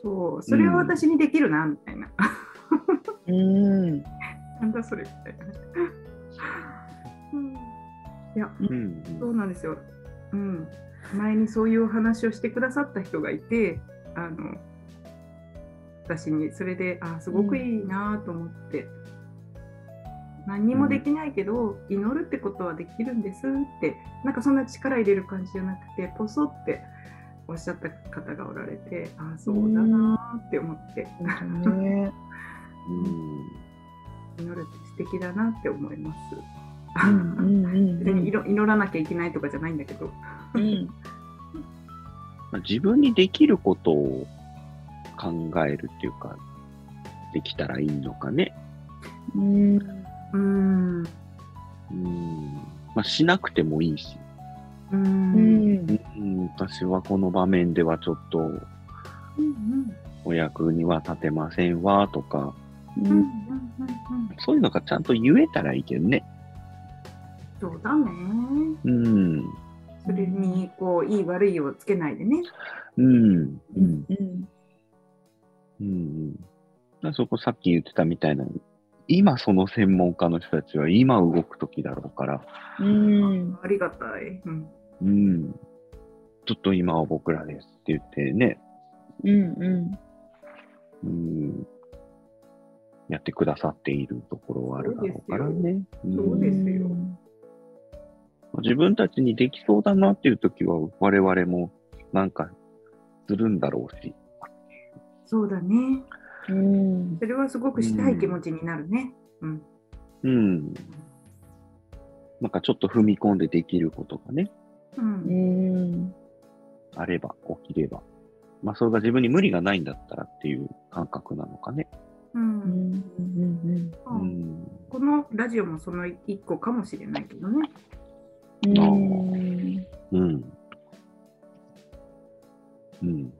[SPEAKER 3] そう、それは私にできるな、みたいな。
[SPEAKER 4] うん。
[SPEAKER 3] なんだそれみたいな。うんいや、
[SPEAKER 1] うん
[SPEAKER 3] そうなんですよ。うん、前にそういうお話をしてくださった人がいて、あの私にそれで、あすごくいいなと思って、何にもできないけど、祈るってことはできるんですって、なんかそんな力入れる感じじゃなくて、ポソっておっしゃった方がおられて、あそうだなって思って、
[SPEAKER 4] ね
[SPEAKER 1] うん
[SPEAKER 3] 祈るって素敵だなって思います。
[SPEAKER 1] うん
[SPEAKER 4] うんうん
[SPEAKER 3] 別に祈祈らなきゃいけないとかじゃないんだけど。
[SPEAKER 4] うん
[SPEAKER 1] まあ自分にできることを考えるっていうか、できたらいいのかね。
[SPEAKER 4] うん
[SPEAKER 3] うーん
[SPEAKER 1] うん。まあ、しなくてもいいし。
[SPEAKER 3] うー
[SPEAKER 4] うんん
[SPEAKER 1] うん、私はこの場面ではちょっとお役には立てませんわとか、
[SPEAKER 4] うん
[SPEAKER 1] そういうのがちゃんと言えたらいいけどね。
[SPEAKER 3] そうだね。
[SPEAKER 1] うん。
[SPEAKER 3] それにこういい悪いをつけないでね。
[SPEAKER 1] うん。う
[SPEAKER 4] うんん。
[SPEAKER 1] う
[SPEAKER 4] うん
[SPEAKER 1] ん。だからそこさっき言ってたみたいな、今その専門家の人たちは今動く時だろうから、
[SPEAKER 4] うん
[SPEAKER 3] ありがたい。うん
[SPEAKER 1] うん。ちょっと今は僕らですって言ってね、
[SPEAKER 4] うん
[SPEAKER 1] うんやってくださっているところはあるだろうから
[SPEAKER 3] そうで
[SPEAKER 1] ね。うん
[SPEAKER 3] そうですよ
[SPEAKER 1] 自分たちにできそうだなっていう時は、我々もなんかするんだろうし。
[SPEAKER 3] そうだね。
[SPEAKER 4] うん
[SPEAKER 3] それはすごくしたい気持ちになるね。うん。
[SPEAKER 1] うん。なんかちょっと踏み込んでできることがね、
[SPEAKER 3] う。
[SPEAKER 4] うんん
[SPEAKER 1] あれば、起きれば。まあ、それが自分に無理がないんだったらっていう感覚なのかね。
[SPEAKER 3] う。
[SPEAKER 4] うんんうん
[SPEAKER 1] う
[SPEAKER 3] うん
[SPEAKER 1] ん。
[SPEAKER 3] このラジオもその一個かもしれないけどね。
[SPEAKER 4] うん
[SPEAKER 1] うん。うん。うん。
[SPEAKER 3] うん。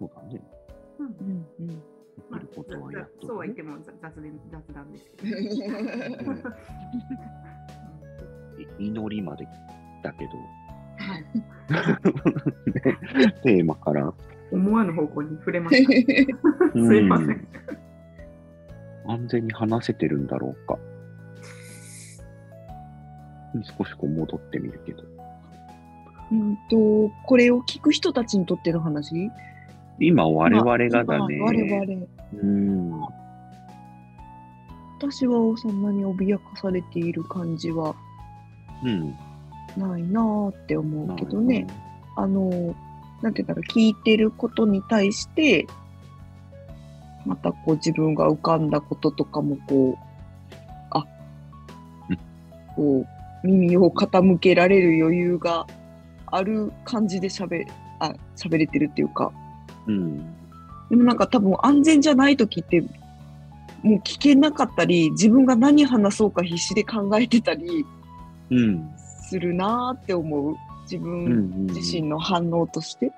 [SPEAKER 1] そうだね。
[SPEAKER 3] うん
[SPEAKER 4] うんうん。
[SPEAKER 1] でき
[SPEAKER 3] まあ
[SPEAKER 1] ることはやっとく、
[SPEAKER 3] そうは言っても雑雑で雑談ですけど。
[SPEAKER 1] うん 祈りまでだけど、
[SPEAKER 3] はい
[SPEAKER 1] テーマから。
[SPEAKER 3] 思わぬ方向に触れました。 すいません。
[SPEAKER 1] うん安全に話せてるんだろうか。少しこう戻ってみるけど。
[SPEAKER 4] うんと、これを聞く人たちにとっての話
[SPEAKER 1] 今、我々が
[SPEAKER 4] ま
[SPEAKER 1] だ
[SPEAKER 4] あ
[SPEAKER 1] ね。
[SPEAKER 4] 我々。
[SPEAKER 1] うん。
[SPEAKER 4] 私はそんなに脅かされている感じは
[SPEAKER 1] うん。
[SPEAKER 4] ないなーって思うけどね。
[SPEAKER 1] なる
[SPEAKER 4] あの、なんて言うんだろう、聞いてることに対して、またこう自分が浮かんだこととかもこう、あ
[SPEAKER 1] うん、
[SPEAKER 4] こう、耳を傾けられる余裕がある感じで喋、あ、喋れてるっていうか、
[SPEAKER 1] ほどうん。
[SPEAKER 4] でもなんか多分安全じゃない時って、もう聞けなかったり、自分が何話そうか必死で考えてたり
[SPEAKER 1] うん。
[SPEAKER 4] するなーって思う。自
[SPEAKER 1] うん
[SPEAKER 4] 分
[SPEAKER 1] うん
[SPEAKER 4] 自身の反応として。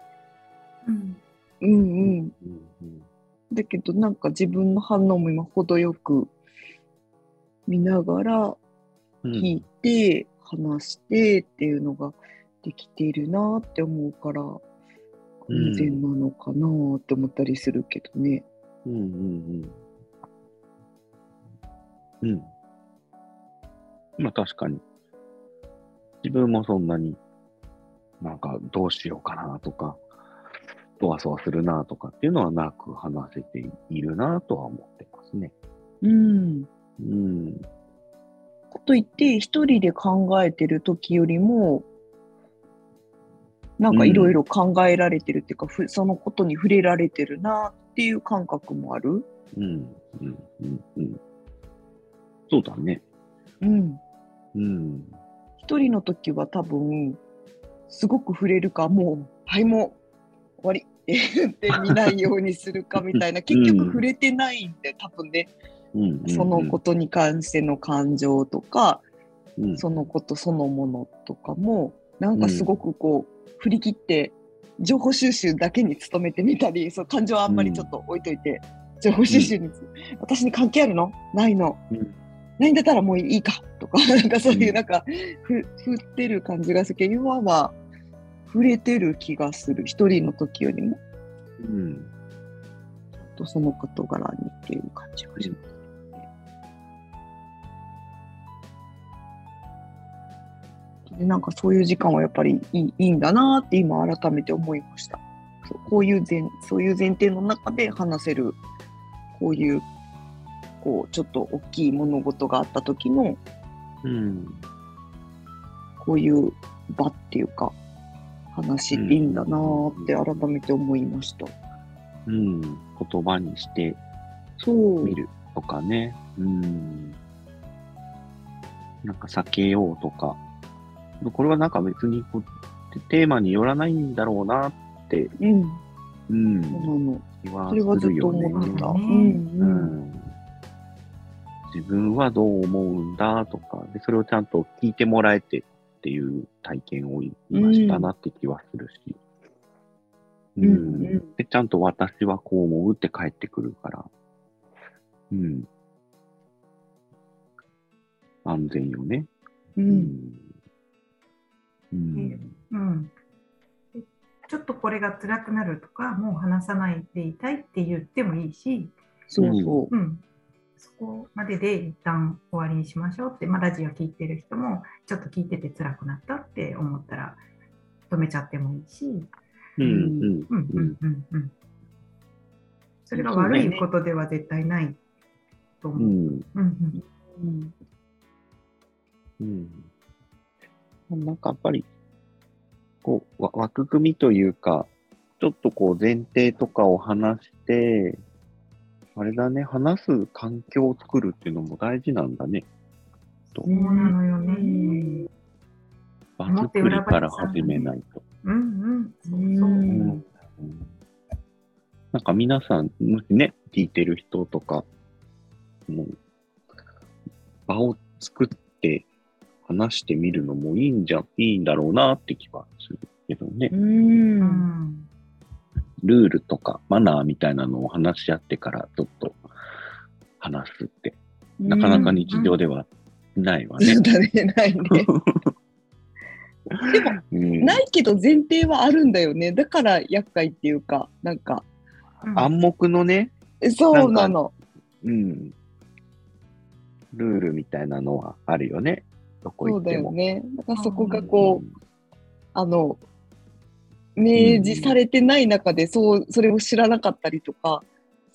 [SPEAKER 3] うん
[SPEAKER 4] うんうん。
[SPEAKER 1] うんうん
[SPEAKER 4] だけどなんか自分の反応も今程よく見ながら
[SPEAKER 1] うん
[SPEAKER 4] 聞いて話してっていうのができているなって思うから
[SPEAKER 1] ん
[SPEAKER 4] 安全なのかなって思ったりするけどね。
[SPEAKER 1] うんうんうん。うん。まあ確かに。自分もそんなに、なんかどうしようかなとか、そわそわするなとかっていうのはなく話せているなとは思ってますね。
[SPEAKER 4] うん。
[SPEAKER 1] うん。
[SPEAKER 4] かといって一人で考えてる時よりもなんかいろいろ考えられてるっていうか、ふそのことに触れられてるなっていう感覚もある。
[SPEAKER 1] うん。うん。うん。うん。そうだね。
[SPEAKER 4] うん。
[SPEAKER 1] うん。
[SPEAKER 4] 一人の時は多分すごく触れるかもうはいもう終わりって言って見ないようにするかみたいな結局触れてないんで多分ね
[SPEAKER 1] うんうん、うん。
[SPEAKER 4] そのことに関しての感情とか
[SPEAKER 1] うん、
[SPEAKER 4] そのことそのものとかもなんかすごくこう振り切って情報収集だけに努めてみたりそう感情はあんまりちょっと置いといて情報収集につ私に関係あるのないの
[SPEAKER 1] うん
[SPEAKER 4] ないんだったらもういいかとか、 なんかそういううんなんか、ふ、振ってる感じがするけど、今は触れてる気がする。一人の時よりも、
[SPEAKER 1] うん。
[SPEAKER 4] とその事柄にっていう感じがします。でなんかそういう時間はやっぱりいいいいんだなって今改めて思いました。そうこういう前そういう前提の中で話せるこういうこうちょっと大きい物事があった時の
[SPEAKER 1] うん。
[SPEAKER 4] こういう場っていうか、話っていいんだなーって改めて思いました。
[SPEAKER 1] うん。言葉にして
[SPEAKER 4] そう
[SPEAKER 1] 見。るとかね。うん。なんか避けようとか。これはなんか別にこうテーマによらないんだろうなって、
[SPEAKER 4] うん。
[SPEAKER 1] うん、
[SPEAKER 4] そうなの。
[SPEAKER 1] 気は
[SPEAKER 4] それは
[SPEAKER 1] す
[SPEAKER 4] ずっ
[SPEAKER 1] る
[SPEAKER 4] と
[SPEAKER 1] よね。
[SPEAKER 4] 思ってた。
[SPEAKER 3] う
[SPEAKER 4] う
[SPEAKER 1] う
[SPEAKER 4] ん
[SPEAKER 1] んん。自分はどう思うんだとか、で、それをちゃんと聞いてもらえてっていう体験を今したなって気はするし。
[SPEAKER 4] んうんうん
[SPEAKER 1] で、ちゃんと私はこう思うって帰ってくるから。うん。安全よね。
[SPEAKER 4] う。。
[SPEAKER 1] うんうん。
[SPEAKER 3] うんでちょっとこれが辛くなるとか、もう話さないでいたいって言ってもいいし、
[SPEAKER 4] そうそ
[SPEAKER 3] うん、そこまでで一旦終わりにしましょうって、まあ、ラジオ聞いてる人もちょっと聞いてて辛くなったって思ったら止めちゃってもいいし、
[SPEAKER 1] うん。うん。
[SPEAKER 3] うんうんうんうん、それが悪いことでは絶対ないと
[SPEAKER 1] う
[SPEAKER 3] 思う。
[SPEAKER 1] ん。
[SPEAKER 3] うんうん
[SPEAKER 4] う。うん
[SPEAKER 1] うんなんかやっぱり、こう、わ枠組みというか、ちょっとこう前提とかを話して、あれだね、話す環境を作るっていうのも大事なんだね。
[SPEAKER 3] そうなのよね。
[SPEAKER 4] うん
[SPEAKER 1] 場作りから始めないと。
[SPEAKER 3] うんうん。そう
[SPEAKER 4] う
[SPEAKER 1] うんんなんか皆さん、もしね、聞いてる人とか、もう、場を作って話してみるのもいいんじゃ、いいんだろうなって気はするけどね。
[SPEAKER 4] う。
[SPEAKER 3] そう。うんん
[SPEAKER 1] ルールとかマナーみたいなのを話し合ってからちょっと話すって、なかなか日常ではないわね。
[SPEAKER 4] だね、ないね。でも、
[SPEAKER 1] うん
[SPEAKER 4] ないけど前提はあるんだよね。だから厄介っていうか、なんか、
[SPEAKER 3] あ
[SPEAKER 1] 暗黙のね、
[SPEAKER 4] えそうなの。
[SPEAKER 1] うん、ルールみたいなのはあるよね。どこ
[SPEAKER 4] そ
[SPEAKER 1] 行
[SPEAKER 4] う
[SPEAKER 1] っ
[SPEAKER 4] だ
[SPEAKER 1] て
[SPEAKER 4] よ
[SPEAKER 1] も。
[SPEAKER 4] ね。だからそこが
[SPEAKER 1] こ
[SPEAKER 4] こう、あの、明示されてない中で、そう、それを知らなかったりとか、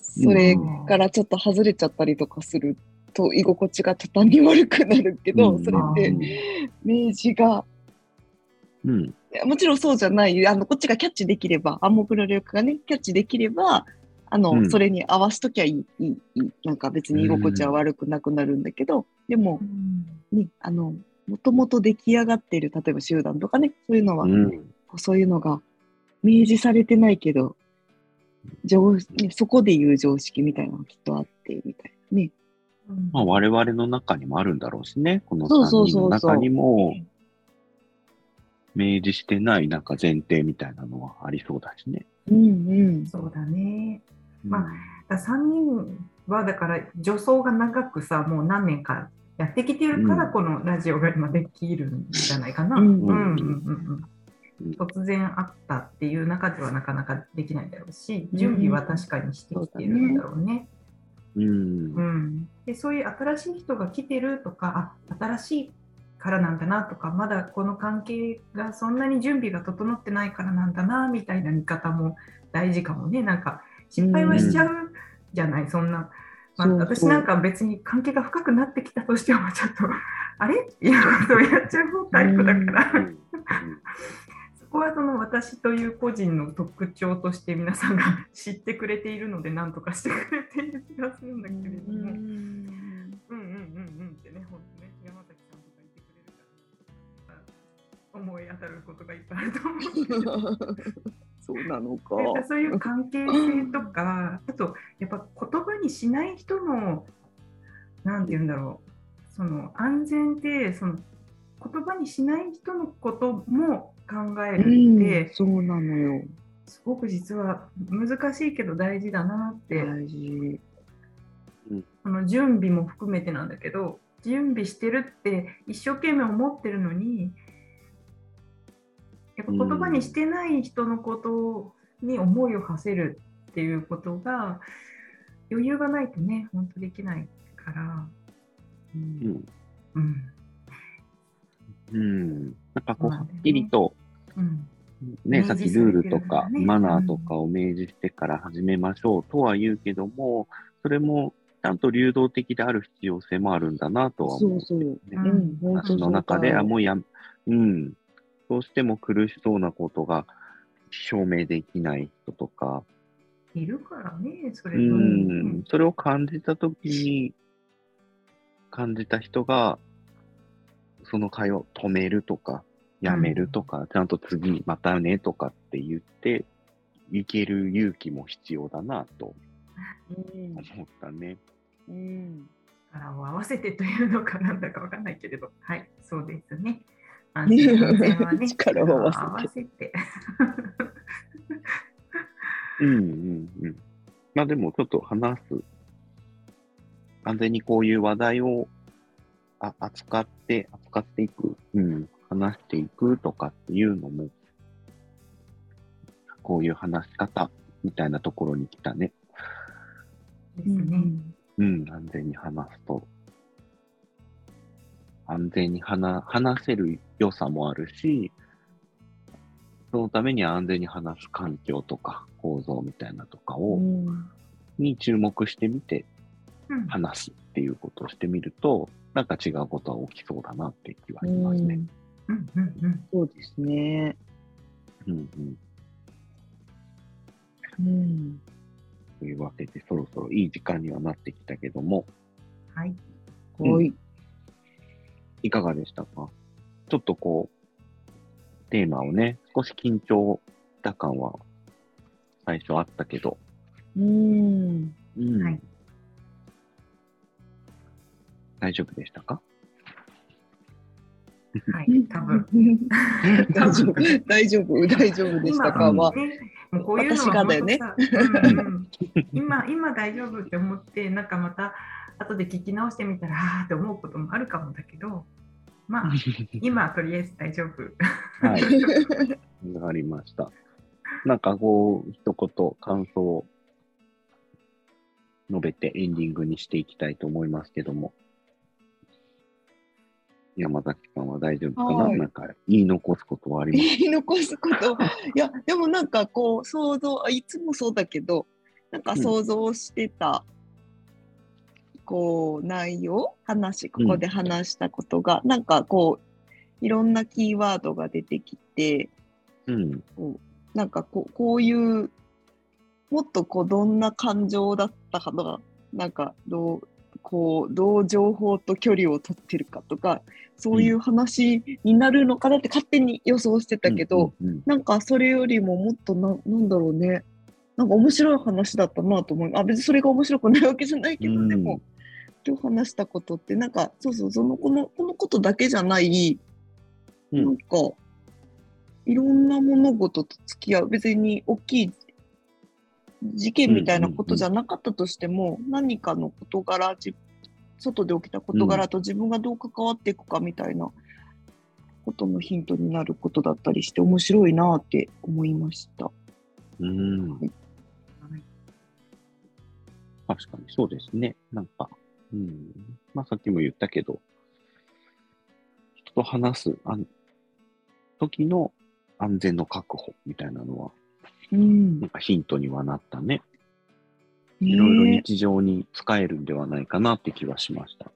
[SPEAKER 4] それからちょっと外れちゃったりとかすると、居心地が途端に悪くなるけど、それって明示が
[SPEAKER 1] うん、うん
[SPEAKER 4] いやもちろんそうじゃないあのこっちがキャッチできれば暗黙の了解がねキャッチできればあの、
[SPEAKER 1] うん
[SPEAKER 4] それに合わしときゃいいいいいいなんか別に居心地は悪くなくなるんだけど、でもねあのもともと出来上がっている例えば集団とかねそういうのは、
[SPEAKER 1] うん
[SPEAKER 4] そういうのが明示されてないけど常、ね、そこで言う常識みたいなのがきっとあってみたいなね。
[SPEAKER 1] まあ、我々の中にもあるんだろうしね、この
[SPEAKER 4] そうそ
[SPEAKER 1] 3
[SPEAKER 4] う
[SPEAKER 1] 人
[SPEAKER 4] そ
[SPEAKER 1] の
[SPEAKER 4] うそう
[SPEAKER 1] 中にも、明示してないなんか前提みたいなのはありそうだしね。
[SPEAKER 4] うんうん、
[SPEAKER 3] そうだね。
[SPEAKER 1] うん
[SPEAKER 3] まあだ3人はだから助走が長くさもう何年かやってきてるか
[SPEAKER 1] う
[SPEAKER 3] ら
[SPEAKER 1] ん
[SPEAKER 3] このラジオが今できるんじゃないかな。
[SPEAKER 4] う
[SPEAKER 3] うんんうんうんう
[SPEAKER 1] う
[SPEAKER 3] ん
[SPEAKER 1] ん
[SPEAKER 3] 突然あったっていう中ではなかなかできないだろうし
[SPEAKER 4] うん
[SPEAKER 3] 準備は確かにしてきてるんだろうね。
[SPEAKER 1] うん
[SPEAKER 3] う。ん、でそういう新しい人が来てるとかあ新しいからなんだなとかまだこの関係がそんなに準備が整ってないからなんだなみたいな見方も大事かもねなんか失敗はしちゃうじゃない、そんな、まあ
[SPEAKER 4] そうそう
[SPEAKER 3] 私なんか別に関係が深くなってきたとしてもちょっとあれっていうことをやっちゃう方タイプだから、
[SPEAKER 1] うん
[SPEAKER 3] そこはその私という個人の特徴として皆さんが知ってくれているので何とかしてくれている気がするんだけれども。うんうんうんうんってね、本当ね、山崎さんとか言ってくれるから、思い当たることがいっぱいあると思うけど。
[SPEAKER 4] そうなのか。
[SPEAKER 3] なんかそういう関係性とか、あとやっぱ言葉にしない人の、なんて言うんだろう、その安全って、その言葉にしない人のことも考える
[SPEAKER 4] うん
[SPEAKER 3] って、
[SPEAKER 4] そうなのよ。
[SPEAKER 3] すごく実は難しいけど大事だなって、
[SPEAKER 4] 大事。
[SPEAKER 3] その準備も含めてなんだけど、準備してるって一生懸命思ってるのに、やっぱ言葉にしてない人のことに思いを馳せるっていうことが余裕がないとね、本当できないから、
[SPEAKER 4] うん
[SPEAKER 3] うん、
[SPEAKER 1] うん。なんかこう、
[SPEAKER 3] まあ
[SPEAKER 1] は
[SPEAKER 3] ね
[SPEAKER 1] っきりと、
[SPEAKER 3] うん、
[SPEAKER 1] ね、
[SPEAKER 3] 明
[SPEAKER 1] さっ
[SPEAKER 3] 示
[SPEAKER 1] きルールとか
[SPEAKER 3] されてるからね
[SPEAKER 1] マナーとかを明示してから始めましょうとは言うけども、それもちゃんと流動的である必要性もあるんだなとは
[SPEAKER 4] そ
[SPEAKER 1] 思
[SPEAKER 4] う
[SPEAKER 1] う。
[SPEAKER 4] そう。
[SPEAKER 1] ね
[SPEAKER 3] うん
[SPEAKER 4] うん、本当
[SPEAKER 1] 話の中で、あ、もうや、うん、どうしても苦しそうなことが証明できない人とか、
[SPEAKER 3] いるからね、それ
[SPEAKER 1] う
[SPEAKER 3] はね
[SPEAKER 1] ん、それを感じたときに、感じた人が、その会話を止めるとか、やめるとか、ちゃんと次、またねとかって言って、いける勇気も必要だなと
[SPEAKER 4] うん
[SPEAKER 1] 思ったね。
[SPEAKER 4] うん、
[SPEAKER 3] 力を合わせてというのかなんだかわかんないけれど、はい、そうですね。安心安全はね、
[SPEAKER 4] 力を合わせて
[SPEAKER 3] 力を合わせて。
[SPEAKER 1] うんうんうん。まあでもちょっと話す。完全にこういう話題をあ扱って、扱っていく、うん、話していくとかっていうのも、こういう話し方みたいなところに来たね。
[SPEAKER 3] です
[SPEAKER 4] う
[SPEAKER 3] ね。
[SPEAKER 4] ん、
[SPEAKER 1] うん、安全に話すと。安全に話話せる良さもあるし、そのために安全に話す環境とか構造みたいなとかを、に注目してみて
[SPEAKER 3] うん
[SPEAKER 1] 話すっていうことをしてみると、なんか違うことは起きそうだなっていう気はします
[SPEAKER 4] う
[SPEAKER 1] ね。
[SPEAKER 4] ん、
[SPEAKER 3] うんうんうん
[SPEAKER 4] そうですね。
[SPEAKER 1] うんうん。
[SPEAKER 4] うん、
[SPEAKER 1] というわけで、そろそろいい時間にはなってきたけども、
[SPEAKER 3] はい。
[SPEAKER 4] おい、
[SPEAKER 1] いかがでしたかちょっとこう、テーマをね、少し緊張した感は最初あったけど、
[SPEAKER 4] うん、
[SPEAKER 1] うん
[SPEAKER 3] はい
[SPEAKER 1] 大丈夫でしたか
[SPEAKER 3] はい、多分。
[SPEAKER 4] 大丈夫、大丈夫、大丈夫でしたか
[SPEAKER 3] 今
[SPEAKER 4] は。
[SPEAKER 3] ねもうこういうのは
[SPEAKER 4] 私がだよね
[SPEAKER 3] 本当さうんうん今、今大丈夫って思って、なんかまた後で聞き直してみたら、ああって思うこともあるかもだけど、まあ、今はとりあえず大丈夫。
[SPEAKER 1] はい。わかりました。なんかこう、一言感想を述べてエンディングにしていきたいと思いますけども。山崎さんは大丈夫かな、
[SPEAKER 4] はい
[SPEAKER 1] なんか言い残すことはあります
[SPEAKER 4] 言い残すこと、いや、でもなんかこう、想像、あいつもそうだけど、なんか想像してた、こう、内容、話、ここで話したことが、なんかこう、いろんなキーワードが出てきて、
[SPEAKER 1] うん。
[SPEAKER 4] なんかこうこういうもっとこうどんな感情だったかとかなんかどうこうどう情報と距離を取ってるかとかそういう話になるのかなって勝手に予想してたけど、
[SPEAKER 1] うん、うん
[SPEAKER 4] なんかそれよりももっとななんだろうねなんか面白い話だったなと思うあ別にそれが面白くないわけじゃないけど、
[SPEAKER 1] うん
[SPEAKER 4] でも今日話したことってなんかそうそうそのこのこのことだけじゃない、
[SPEAKER 1] うん
[SPEAKER 4] なんかいろんな物事と付き合う別に大きい事件みたいなことじゃなかったとしても、何かの事柄じ外で起きた事柄と自分がどう関わっていくかみたいなことのヒントになることだったりして面白いなって思いました。
[SPEAKER 1] うんうん確かにそうですね。なんか、うん。まあさっきも言ったけど、人と話すあん時の安全の確保みたいなのは、
[SPEAKER 4] うん
[SPEAKER 1] なんかヒントにはなったね。
[SPEAKER 4] ね
[SPEAKER 1] いろいろ日常に使えるんではないかなって気はしました。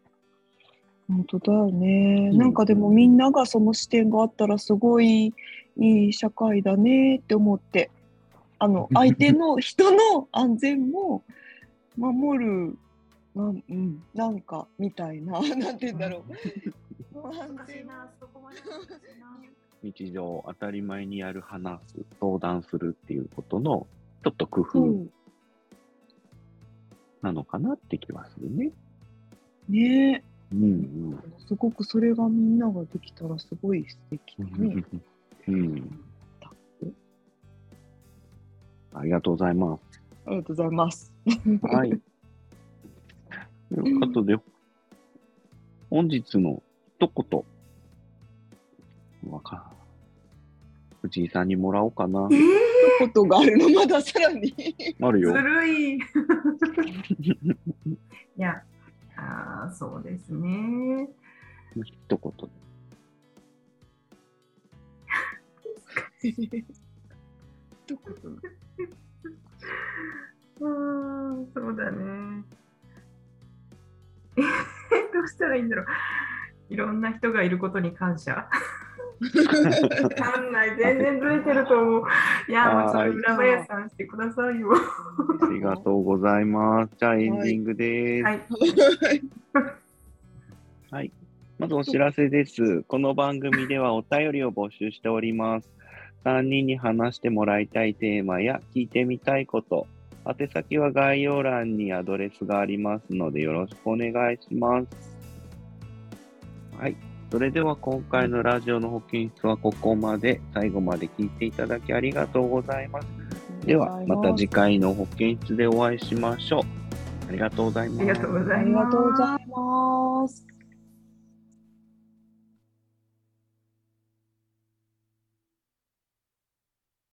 [SPEAKER 4] 本当だよね、
[SPEAKER 1] うん
[SPEAKER 4] なんかでもみんながその視点があったらすごいいい社会だねって思ってあ の相手の人の安全も守るなん,、うん、なんかみたいな なんて言うん だろう安
[SPEAKER 3] 難しい
[SPEAKER 4] 全
[SPEAKER 3] な、そこまで難しいな。
[SPEAKER 1] 日常当たり前にやる話す、相談するっていうことの、ちょっと工
[SPEAKER 4] う
[SPEAKER 1] 夫
[SPEAKER 4] ん
[SPEAKER 1] なのかなって気はするね。
[SPEAKER 4] ね
[SPEAKER 1] うんうん。
[SPEAKER 4] すごくそれがみんなができたらすごい素敵だね。
[SPEAKER 1] うん。ありがとうございます。
[SPEAKER 4] ありがとうござい ます。
[SPEAKER 1] はい。ということで、本日の一言、わか藤井さんにもらおうか な
[SPEAKER 3] え。ー
[SPEAKER 4] ことがあるのまださらに。
[SPEAKER 1] ある
[SPEAKER 3] ず
[SPEAKER 1] よ。
[SPEAKER 3] るい。 いや、あーそうですね。
[SPEAKER 1] 一言。
[SPEAKER 4] どこだ
[SPEAKER 3] うーん、そうだね。 えどうしたらいいんだろう。いろんな人がいることに感謝。わかんない。全然ずれてると思う。いや、もうちょっと裏林さんしてくださいよ。は
[SPEAKER 1] あり がとうございます。じゃあエンディングです。
[SPEAKER 3] い。
[SPEAKER 1] まずお知らせです。この番組ではお便りを募集しております。3人に話してもらいたいテーマや聞いてみたいこと、宛先は概要欄にアドレスがありますのでよろしくお願いします。はい。それでは今回のラジオの保健室はここまで。最後まで聞いていただきありがとうございます。では、また次回の保健室でお会いしましょう。ありがとうございま
[SPEAKER 3] あ
[SPEAKER 1] す。
[SPEAKER 3] りがとうご
[SPEAKER 4] あ
[SPEAKER 3] ざい
[SPEAKER 4] りが
[SPEAKER 3] ます
[SPEAKER 4] とうご。ざいます。